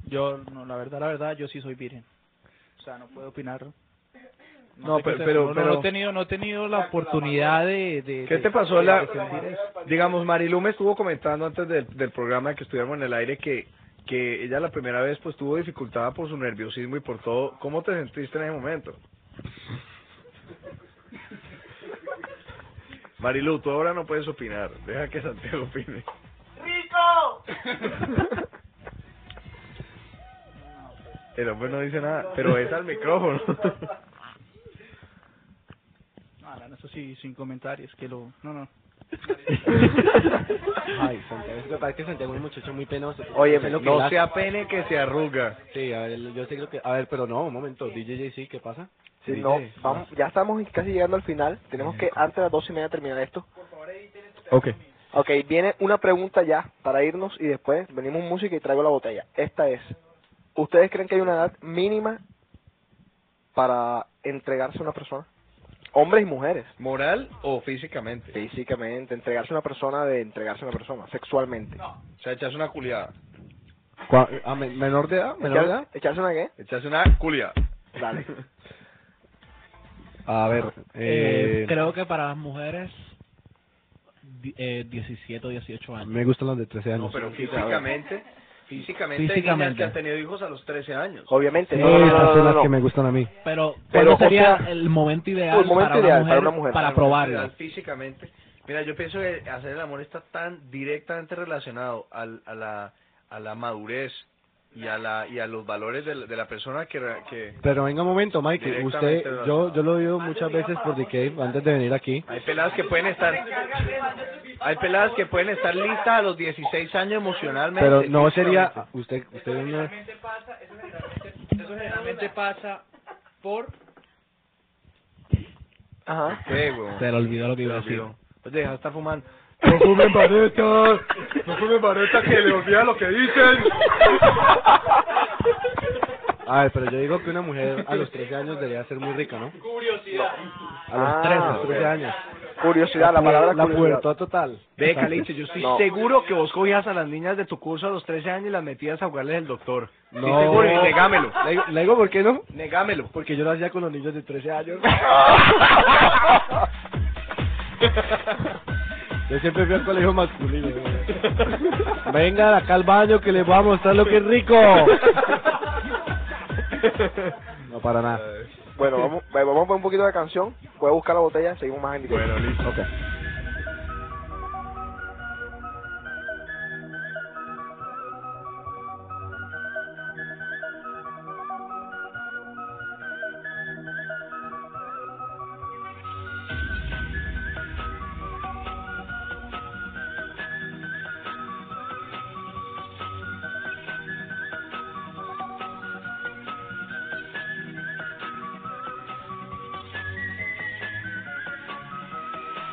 Yo, no, la verdad, la verdad, yo sí soy virgen. O sea, no puedo opinar.
No,
sé
pero-
qué
pero-
no, no,
pero-
no he tenido, no he tenido la oportunidad de, de-
¿Qué
de-
te pasó
de
la-
defender eso.
Digamos, Marilu me estuvo comentando antes del, del programa que estuviéramos en el aire que, que ella la primera vez pues tuvo dificultad por su nerviosismo y por todo. ¿Cómo te sentiste en ese momento? Marilu, tú ahora no puedes opinar. Deja que Santiago opine.
¡Rico!
El hombre no dice nada, pero es al micrófono.
No, no, eso sí, sin comentarios, que lo... No, no.
Ay, Santiago, es que parece que Santiago es un muchacho muy penoso.
Oye,
Sé lo que
no
él hace.
sea pene que se arruga.
Sí, a ver, yo sé lo que... A ver, pero no, un momento, DJ sí, ¿qué pasa?
Sí,
DJ,
no, vamos, ya estamos casi llegando al final. Tenemos que antes de las dos y media terminar esto.
Ok.
Ok, viene una pregunta ya para irnos y después venimos música y traigo la botella. Esta es, ¿ustedes creen que hay una edad mínima para entregarse a una persona? Hombres y mujeres.
¿Moral o físicamente?
Físicamente, entregarse a una persona de entregarse a una persona, sexualmente.
O sea, echas una culiada.
¿Cuá- a men- ¿Menor de edad? ¿Menor de edad?
Echar- ¿Echarse una qué?
Echas una culiada.
Dale.
A ver,
Eh,
eh,
creo que para las mujeres di- eh, 17 o 18 años.
me gustan las de 13 años.
No, pero físicamente, físicamente, hay niñas
Físicamente.
que han tenido hijos a los 13 años.
Obviamente,
Sí,
no, no, no,
esas
no,
son
no,
las
no.
que me gustan a mí.
Pero,
Pero,
¿cuándo
o
sería
sea,
el momento ideal,
el momento
para, una
ideal
mujer
para una mujer?
para
Para
probarla?
Físicamente. Mira, yo pienso que hacer el amor está tan directamente relacionado al, a, la, a la madurez y a, la, y a los valores de la, de la persona que... re- que
Pero venga un momento, Mike,
Directamente
usted, yo,
relacionado.
yo lo he oído muchas veces por Decay antes de venir aquí.
hay peladas que pueden estar... Hay peladas que pueden estar listas a los 16 años emocionalmente.
Pero no
físicamente.
sería, usted, usted es una-
pasa, eso generalmente, eso generalmente pasa por...
Ajá.
¿Qué, huevón?
Se le olvidó lo que iba a decir.
olvidó. Pues deja de estar fumando.
No fumen varetas, no fumen varetas que le olvida lo que dicen.
A ver, pero yo digo que una mujer a los 13 años debería ser muy rica, ¿no? A los
Ah,
13, a los
ok.
13 años.
Curiosidad, la palabra
La
curiosidad.
pubertad total.
Ve, Caliche, yo estoy
No.
seguro que vos cogías a las niñas de tu curso a los 13 años y las metías a jugarles el doctor.
No.
Estoy seguro, y negámelo.
Le digo, le digo, ¿por qué no?
Negámelo.
Porque yo lo hacía con los niños de 13 años. Yo siempre fui al colegio masculino. güey. Venga de acá al baño que les voy a mostrar lo que es rico. No, para nada.
Bueno, vamos, eh, vamos a poner un poquito de canción. Voy a buscar la botella, seguimos más en directo.
Bueno, listo.
Ok.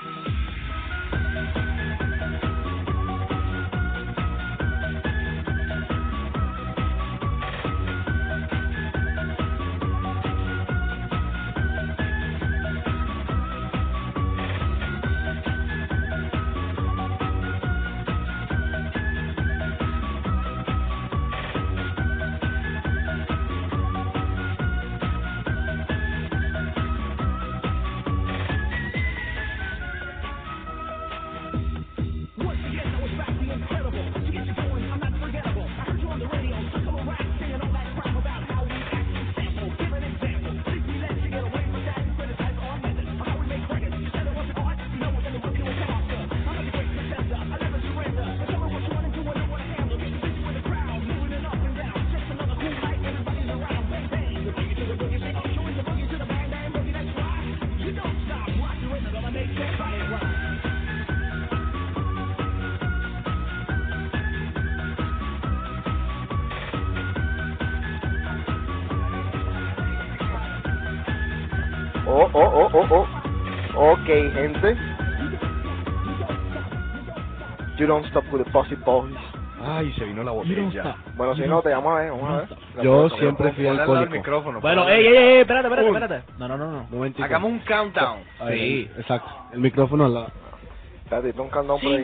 Yo
Oh, oh, oh, oh, oh. Ok, gente. You don't stop with the pussy boys.
Ay, se vino la botella.
Bueno, si no, te vamos a ver, vamos a ver.
Yo siempre fui
Ponle al lado el
alcohólico.
micrófono.
Bueno,
ponle.
ey, ey, ey, espérate, espérate,
Un,
espérate. No, no, no, no.
Momentico.
Hagamos un countdown.
Ahí, exacto. El micrófono al lado.
Espérate, pon countdown por ahí.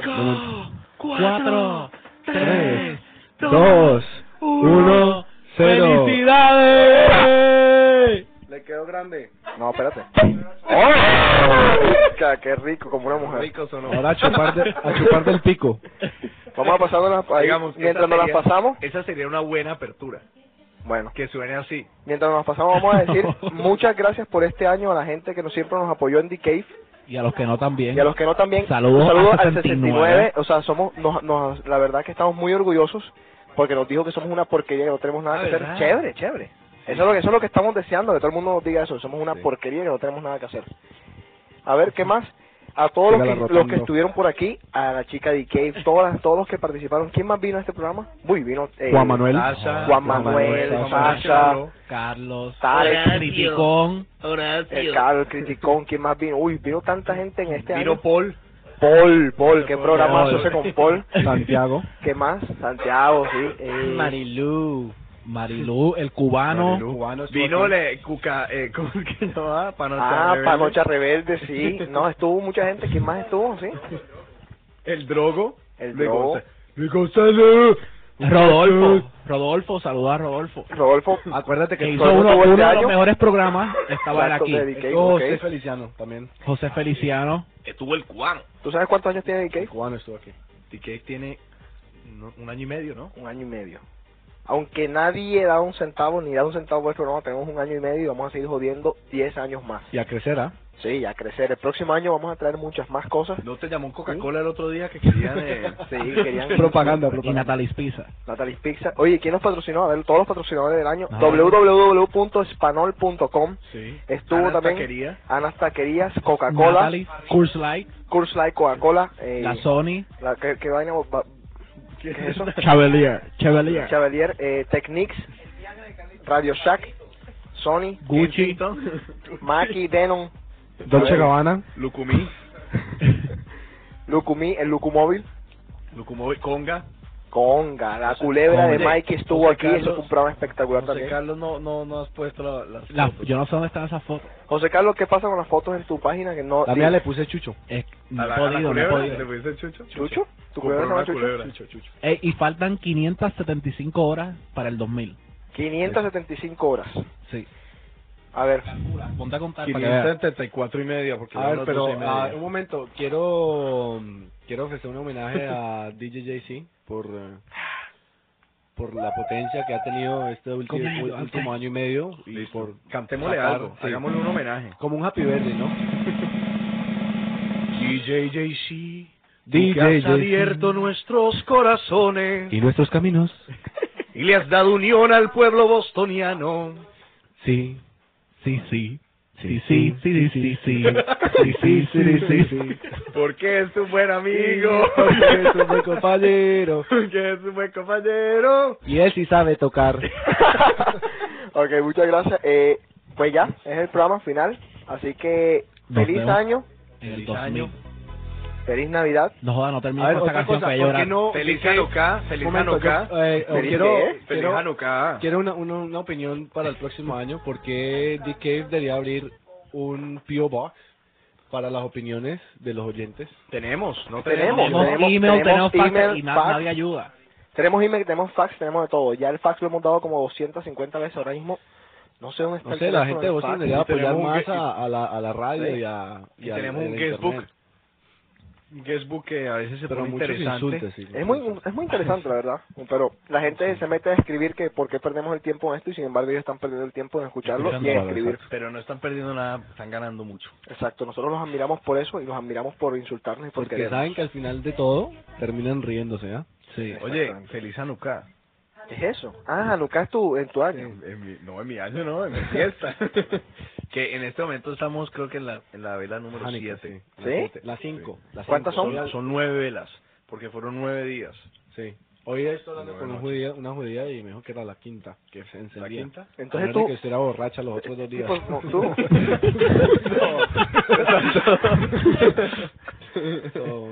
Cuatro,
tres, dos, uno,
cero.
¡Felicidades!
Le quedó grande. No, espérate. ¡Oh! Ca- Qué rico, como una mujer.
Rico sonó.
Ahora a chupar, de- a chupar del pico.
Vamos a pasar ahí.
Digamos,
mientras
esa
nos las
sería-
pasamos,
Esa sería una buena apertura.
bueno,
Que suene así.
mientras nos las pasamos vamos a decir muchas gracias por este año a la gente que nos siempre nos apoyó en The Cave
Y a los que no también.
y a los que no también.
Saludos
un saludo
a
al
69.
69, o sea, somos nos, nos la verdad que estamos muy orgullosos porque nos dijo que somos una porquería, que no tenemos nada
Ah,
que hacer.
¿verdad?
Chévere, chévere. Eso es, lo que, eso es lo que estamos deseando, que todo el mundo nos diga eso. Somos una porquería que no tenemos nada que hacer. A ver, ¿qué más? A todos los
Sígala
que,
rotando.
los que estuvieron por aquí, a la chica de Cave, todas las- todos los que participaron. ¿Quién más vino a este programa? Uy, vino eh,
Juan Manuel.
Sasha,
Juan Manuel,
Juan Manuel
Sasha,
Chalo,
Carlos,
Tarek,
Criticón,
el Carlos, el eh, Criticón, ¿quién más vino? Uy, vino tanta gente en este
Vino
año.
Paul.
Paul, Paul, qué programa
Paul.
hace con Paul.
Santiago.
¿Qué más? Santiago, sí. eh,
Marilú.
Marilú, el cubano.
Marilú. Vino le, Cuca, eh, ¿cómo es que se llamaba? Panocha
ah,
Rebelde.
Panocha Rebelde, sí. No, estuvo mucha gente. ¿Quién más estuvo? Sí.
El Drogo.
El
Luis
Drogo.
Gonza-
Luis Gonzalo.
Rodolfo. Rodolfo, saluda a Rodolfo.
Rodolfo.
Acuérdate
Que
que
hizo
todo
uno,
tuvo este
uno de los
año.
mejores programas. Estaba él
Exacto,
aquí.
de DK,
estuvo
ok.
José Feliciano también.
José Feliciano.
Estuvo el cubano.
¿Tú sabes cuántos años tiene DK?
Cubano estuvo aquí.
TK tiene no, un año y medio, ¿no?
Un año y medio. Aunque nadie da un centavo ni da un centavo por el programa, tenemos un año y medio y vamos a seguir jodiendo 10 años más.
Y a crecer, ¿ah?
Sí, a crecer. El próximo año vamos a traer muchas más cosas.
¿No te llamó un Coca-Cola el otro día que querían... eh,
Sí, querían
Propaganda,
Y
propaganda.
Natalis Pisa.
Natalis Pizza. Oye, ¿quién nos patrocinó? A ver, todos los patrocinadores del año.
Ah.
www.espanol.com.
sí.
Estuvo
Ana
también
Taquería.
Anas Taquerías, Coca-Cola,
Natalis, Curse Light,
Curse Light, Coca-Cola. Eh,
la Sony,
la, ¿qué, qué vaina? va- ¿Qué es eso?
Chavalier. Chavalier.
Chavalier, eh, Technics, Radio Shack, Sony,
Gucci,
Maki, Denon,
Dolce Gabbana.
Lucumí.
Lucumí, el Lucumóvil,
Lucumó Conga.
Conga, la culebra de
Oye,
Mikey estuvo
José
aquí, eso
Carlos-
fue un programa espectacular
José
también.
Carlos, no, no, no has puesto la... las
la-
fotos.
yo no sé dónde están esas fotos.
José Carlos, ¿qué pasa con las fotos en tu página? que no
La mía le puse Chucho.
Es- no
A
he
la, a la
podido, no he
culebra,
podido.
¿le pusiste chucho?
¿Chucho? ¿Tu culebra
Compró
se
una
llama Chucho?
culebra.
Ey, y faltan 575 horas para el 2000.
575 horas.
Sí.
A ver,
Ponte a contar para que veas.
574 y media, porque
A
ya
ver,
las
pero
doce y media.
ah, un momento, quiero quiero ofrecer un homenaje a DJ JC por eh, por la potencia que ha tenido este último, último año y medio y por
Cantémosle
sacar-
algo,
sí.
hagámosle un homenaje.
como un happy birthday, ¿no?
DJ JC,
DJ
que has
JC.
abierto nuestros corazones
Y nuestros caminos,
y le has dado unión al pueblo bostoniano.
sí, sí, sí.
Sí, sí, sí, sí, sí, sí. Sí, sí, sí, sí, sí.
Porque es un buen amigo.
Porque es un buen compañero.
Porque es un buen compañero.
Y él sí sabe tocar.
ok, muchas gracias. Eh, pues ya, es el programa final. Así que,
Nos
feliz
vemos.
año,
En el
Feliz
2000.
año.
feliz Navidad.
No joda, no termino
A ver,
con esta
otra
canción
cosa,
que voy a
¿por qué
llorar.
no?
Feliz
DJ,
Hanukkah, feliz
un momento,
Hanukkah.
yo, eh,
¿Feliz
quiero,
qué?
Feliz
quiero-
Hanukkah.
Quiero una, una, una opinión para el próximo año. ¿Por qué The Cave debería abrir un P.O. Box para las opiniones de los oyentes?
Tenemos, no
Tenemos,
tenemos.
Tenemos
tenemos-
email,
tenemos
tenemos fax
email,
y na-
fax.
nadie ayuda.
Tenemos email, tenemos fax, tenemos de todo. Ya el fax lo hemos dado como 250 veces ahora mismo. No sé dónde está
No
el
sé, la
teléfono
gente
del
de vos
fax.
debería
y
apoyar
tenemos un
más
que-
a, a la, a la radio
Sí.
y a.
Y
a-
tenemos
al
un guestbook.
internet.
Un guestbook que a veces se
Pero
pone
muchos
interesante.
insultos. sí,
Es muy, es muy interesante, la verdad. Pero la gente se mete a escribir que por qué perdemos el tiempo en esto y sin embargo ellos están perdiendo el tiempo en escucharlo y en
Escuchando,
escribir.
Pero no están perdiendo nada, están ganando mucho.
Exacto, nosotros los admiramos por eso y los admiramos por insultarnos y por
Porque
querernos.
saben que al final de todo terminan riéndose, ¿ah?
Sí.
Oye,
Exactamente.
feliz Hanukkah.
¿Qué es eso? Ah, Lucas, tú, en tu año.
En- en mi- no, en mi año, no, en mi fiesta. que en este momento estamos, creo que en la, en la vela número
Hanukkah,
7.
¿Sí?
Las cinco. las
¿Cuántas
cinco.
son?
Son nueve velas, porque fueron nueve días.
Sí.
Hoy estoy hablando
Nueve
con un
noches.
judía, una judía y me dijo que era la quinta, que se encendía.
quinta?
Entonces
Entonces
tú...
tú-
que usted era borracha los
Eh,
otros dos días.
Pues, no, tú.
So,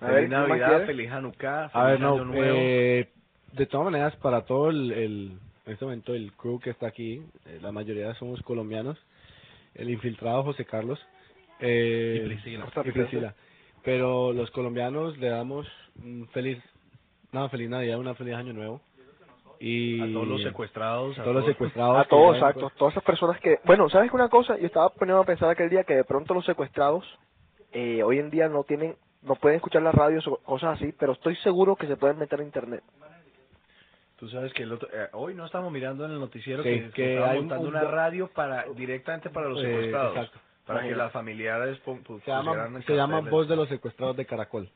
A ver, Feliz ¿qué más Navidad, quieres? feliz Hanukkah,
A ver,
feliz
no,
Año Nuevo.
eh, de todas maneras, para todo el, el- en este momento el crew que está aquí, eh, la mayoría somos colombianos, el infiltrado José Carlos eh,
Y Priscila.
y Priscila. Pero los colombianos le damos un feliz, no, feliz Navidad, un feliz Año Nuevo. Y
A todos los secuestrados, a
todos los
todos-
secuestrados.
A
que
todos,
ya-
exacto. Todas esas personas que... Bueno, ¿sabes qué una cosa? Yo estaba poniendo a pensar aquel día que de pronto los secuestrados eh, hoy en día no tienen... No pueden escuchar la radio, so- cosas así, pero estoy seguro que se pueden meter a internet.
pues, Tú sabes que el otro- eh, hoy no estamos mirando en el noticiero
Sí,
que, se
que
estaba
hay un-
montando
un-
una radio para directamente para los
Eh,
secuestrados.
exacto.
Para que
Imagínate.
las familiares pon- pus-
Se llama,
pusieran en
se llama
carteles.
Voz de los Secuestrados de Caracol.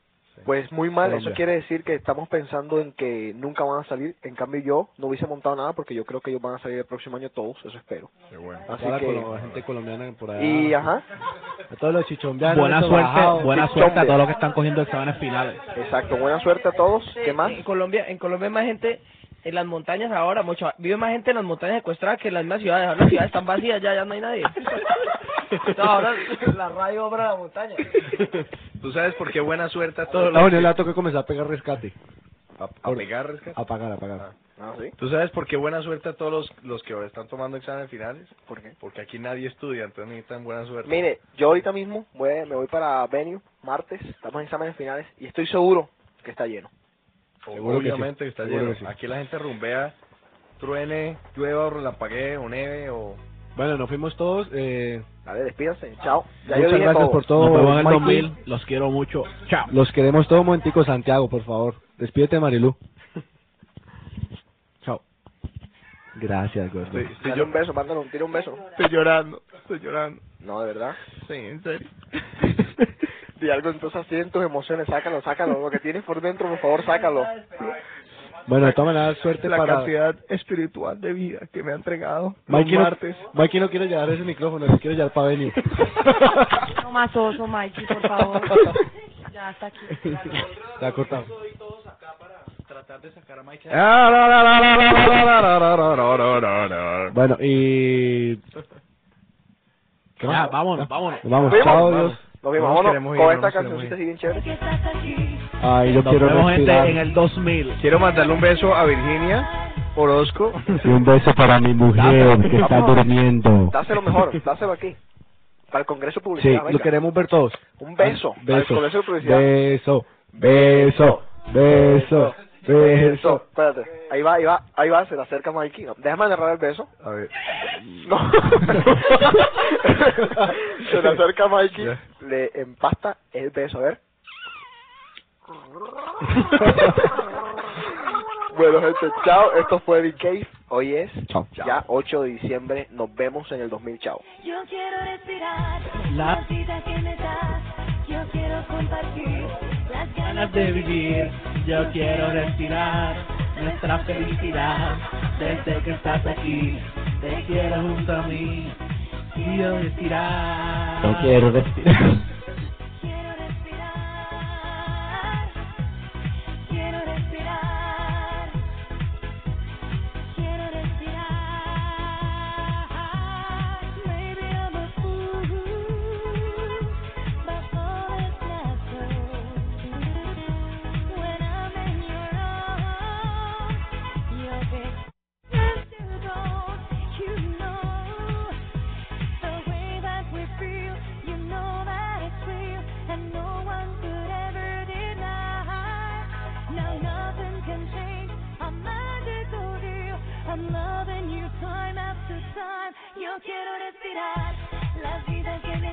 Pues muy mal,
Colombia.
eso quiere decir que estamos pensando en que nunca van a salir. En cambio yo no hubiese montado nada porque yo creo que ellos van a salir el próximo año todos, eso espero.
Qué bueno.
A
Así
toda la
que-
colo- gente colombiana por allá.
Y ajá.
A todos los chichombianos.
buena
esos
suerte,
bajados.
buena suerte a
Chichombe.
todos los que están cogiendo exámenes finales.
Exacto, buena suerte a todos. ¿Qué más?
En Colombia, en Colombia hay más gente en las montañas ahora, mucho, vive más gente en las montañas secuestradas que en las mismas ciudades. Ahora las ciudades están vacías, ya, ya no hay nadie. No, ahora la radio obra la montaña.
Tú sabes por qué buena suerte a todos
Ah, bueno,
que-
le toca comenzar a pegar rescate.
a, a pegar, rescate.
A pagar, a pagar.
Ah,
¿Tú sabes por qué buena suerte a todos los, los que ahora están tomando exámenes finales?
¿Por qué?
Porque aquí nadie estudia, entonces necesitan buena suerte.
Mire, yo ahorita mismo voy- me voy para venue, martes, estamos en exámenes finales y estoy seguro que está lleno.
seguro que sí,
obviamente está
seguro
lleno.
que sí.
Aquí la gente rumbea, truene, llueva o relampaguee o neve o...
Bueno, nos fuimos todos. Eh,
A ver, despídanse, chao. Ya yo
muchas
dije
gracias
todo.
por
Nos
todo.
vemos en el
Mikey.
2000, los quiero mucho. Chao.
Los queremos todo un momentico, Santiago, por favor. Despídete, Marilu. Chao. Gracias, gordo.
Sí, sí, Dale un beso, mándale un tiro un beso.
Estoy llorando, estoy llorando.
No, de verdad.
Sí, en serio.
Di algo entonces así en tus emociones, sácalo, sácalo. Lo que tienes por dentro, por favor, sácalo.
Bueno, de todas maneras, suerte
La
para...
cantidad
espiritual de vida que me ha entregado
Mikey no, Mikey no quiere llevar ese micrófono, le quiere llevar para venir.
No más oso, Mikey, por favor. Ya, hasta aquí.
Está cortado.
Tratar de sacar a Mike.
Bueno, y... ¿Qué
Ya,
más?
vámonos, vámonos.
Pues Vamos,
Nos
chao,
vemos,
adiós.
Nos vemos, vámonos
No nos queremos ir,
con
no
esta
nos queremos
cancioncita
ir.
así bien chévere.
Ay, yo
Nos
quiero
vemos, gente,
respirar.
en el 2000.
Quiero mandarle un beso a Virginia Orozco.
Y un beso para mi mujer que está
Vámonos.
durmiendo.
Dáselo mejor, dáselo aquí. Para el Congreso de
Sí,
Publicidad,
lo
venga.
queremos ver todos.
Un beso. Para el
Beso.
Congreso de Publicidad.
Beso. Beso. Beso.
Beso.
Beso.
Espérate. Ahí va, ahí va, ahí va, se le acerca Mikey. No, Déjame narrar el beso.
A ver.
No. se le acerca Mikey,
Ya.
le empasta el beso, a ver. Bueno, gente, chao. Esto fue The Cave. Hoy es
Chao.
ya 8 de diciembre. Nos vemos en el 2000. Chao.
Yo quiero respirar
La-
la vida que me das. Yo quiero compartir las ganas
ganas de vivir, yo quiero respirar nuestra felicidad desde que estás aquí, te quiero junto a mí, quiero respirar.
Yo quiero respirar.
Quiero respirar. Quiero respirar. Quiero respirar. Maybe I'm a fool, but all is natural. When I'm in your arms, you'll be just as old. You know the way that we feel. You know that it's real, and no one could ever deny. Now nothing can change our magical deal. I'm loving you time after time. Yo quiero respirar la vida que me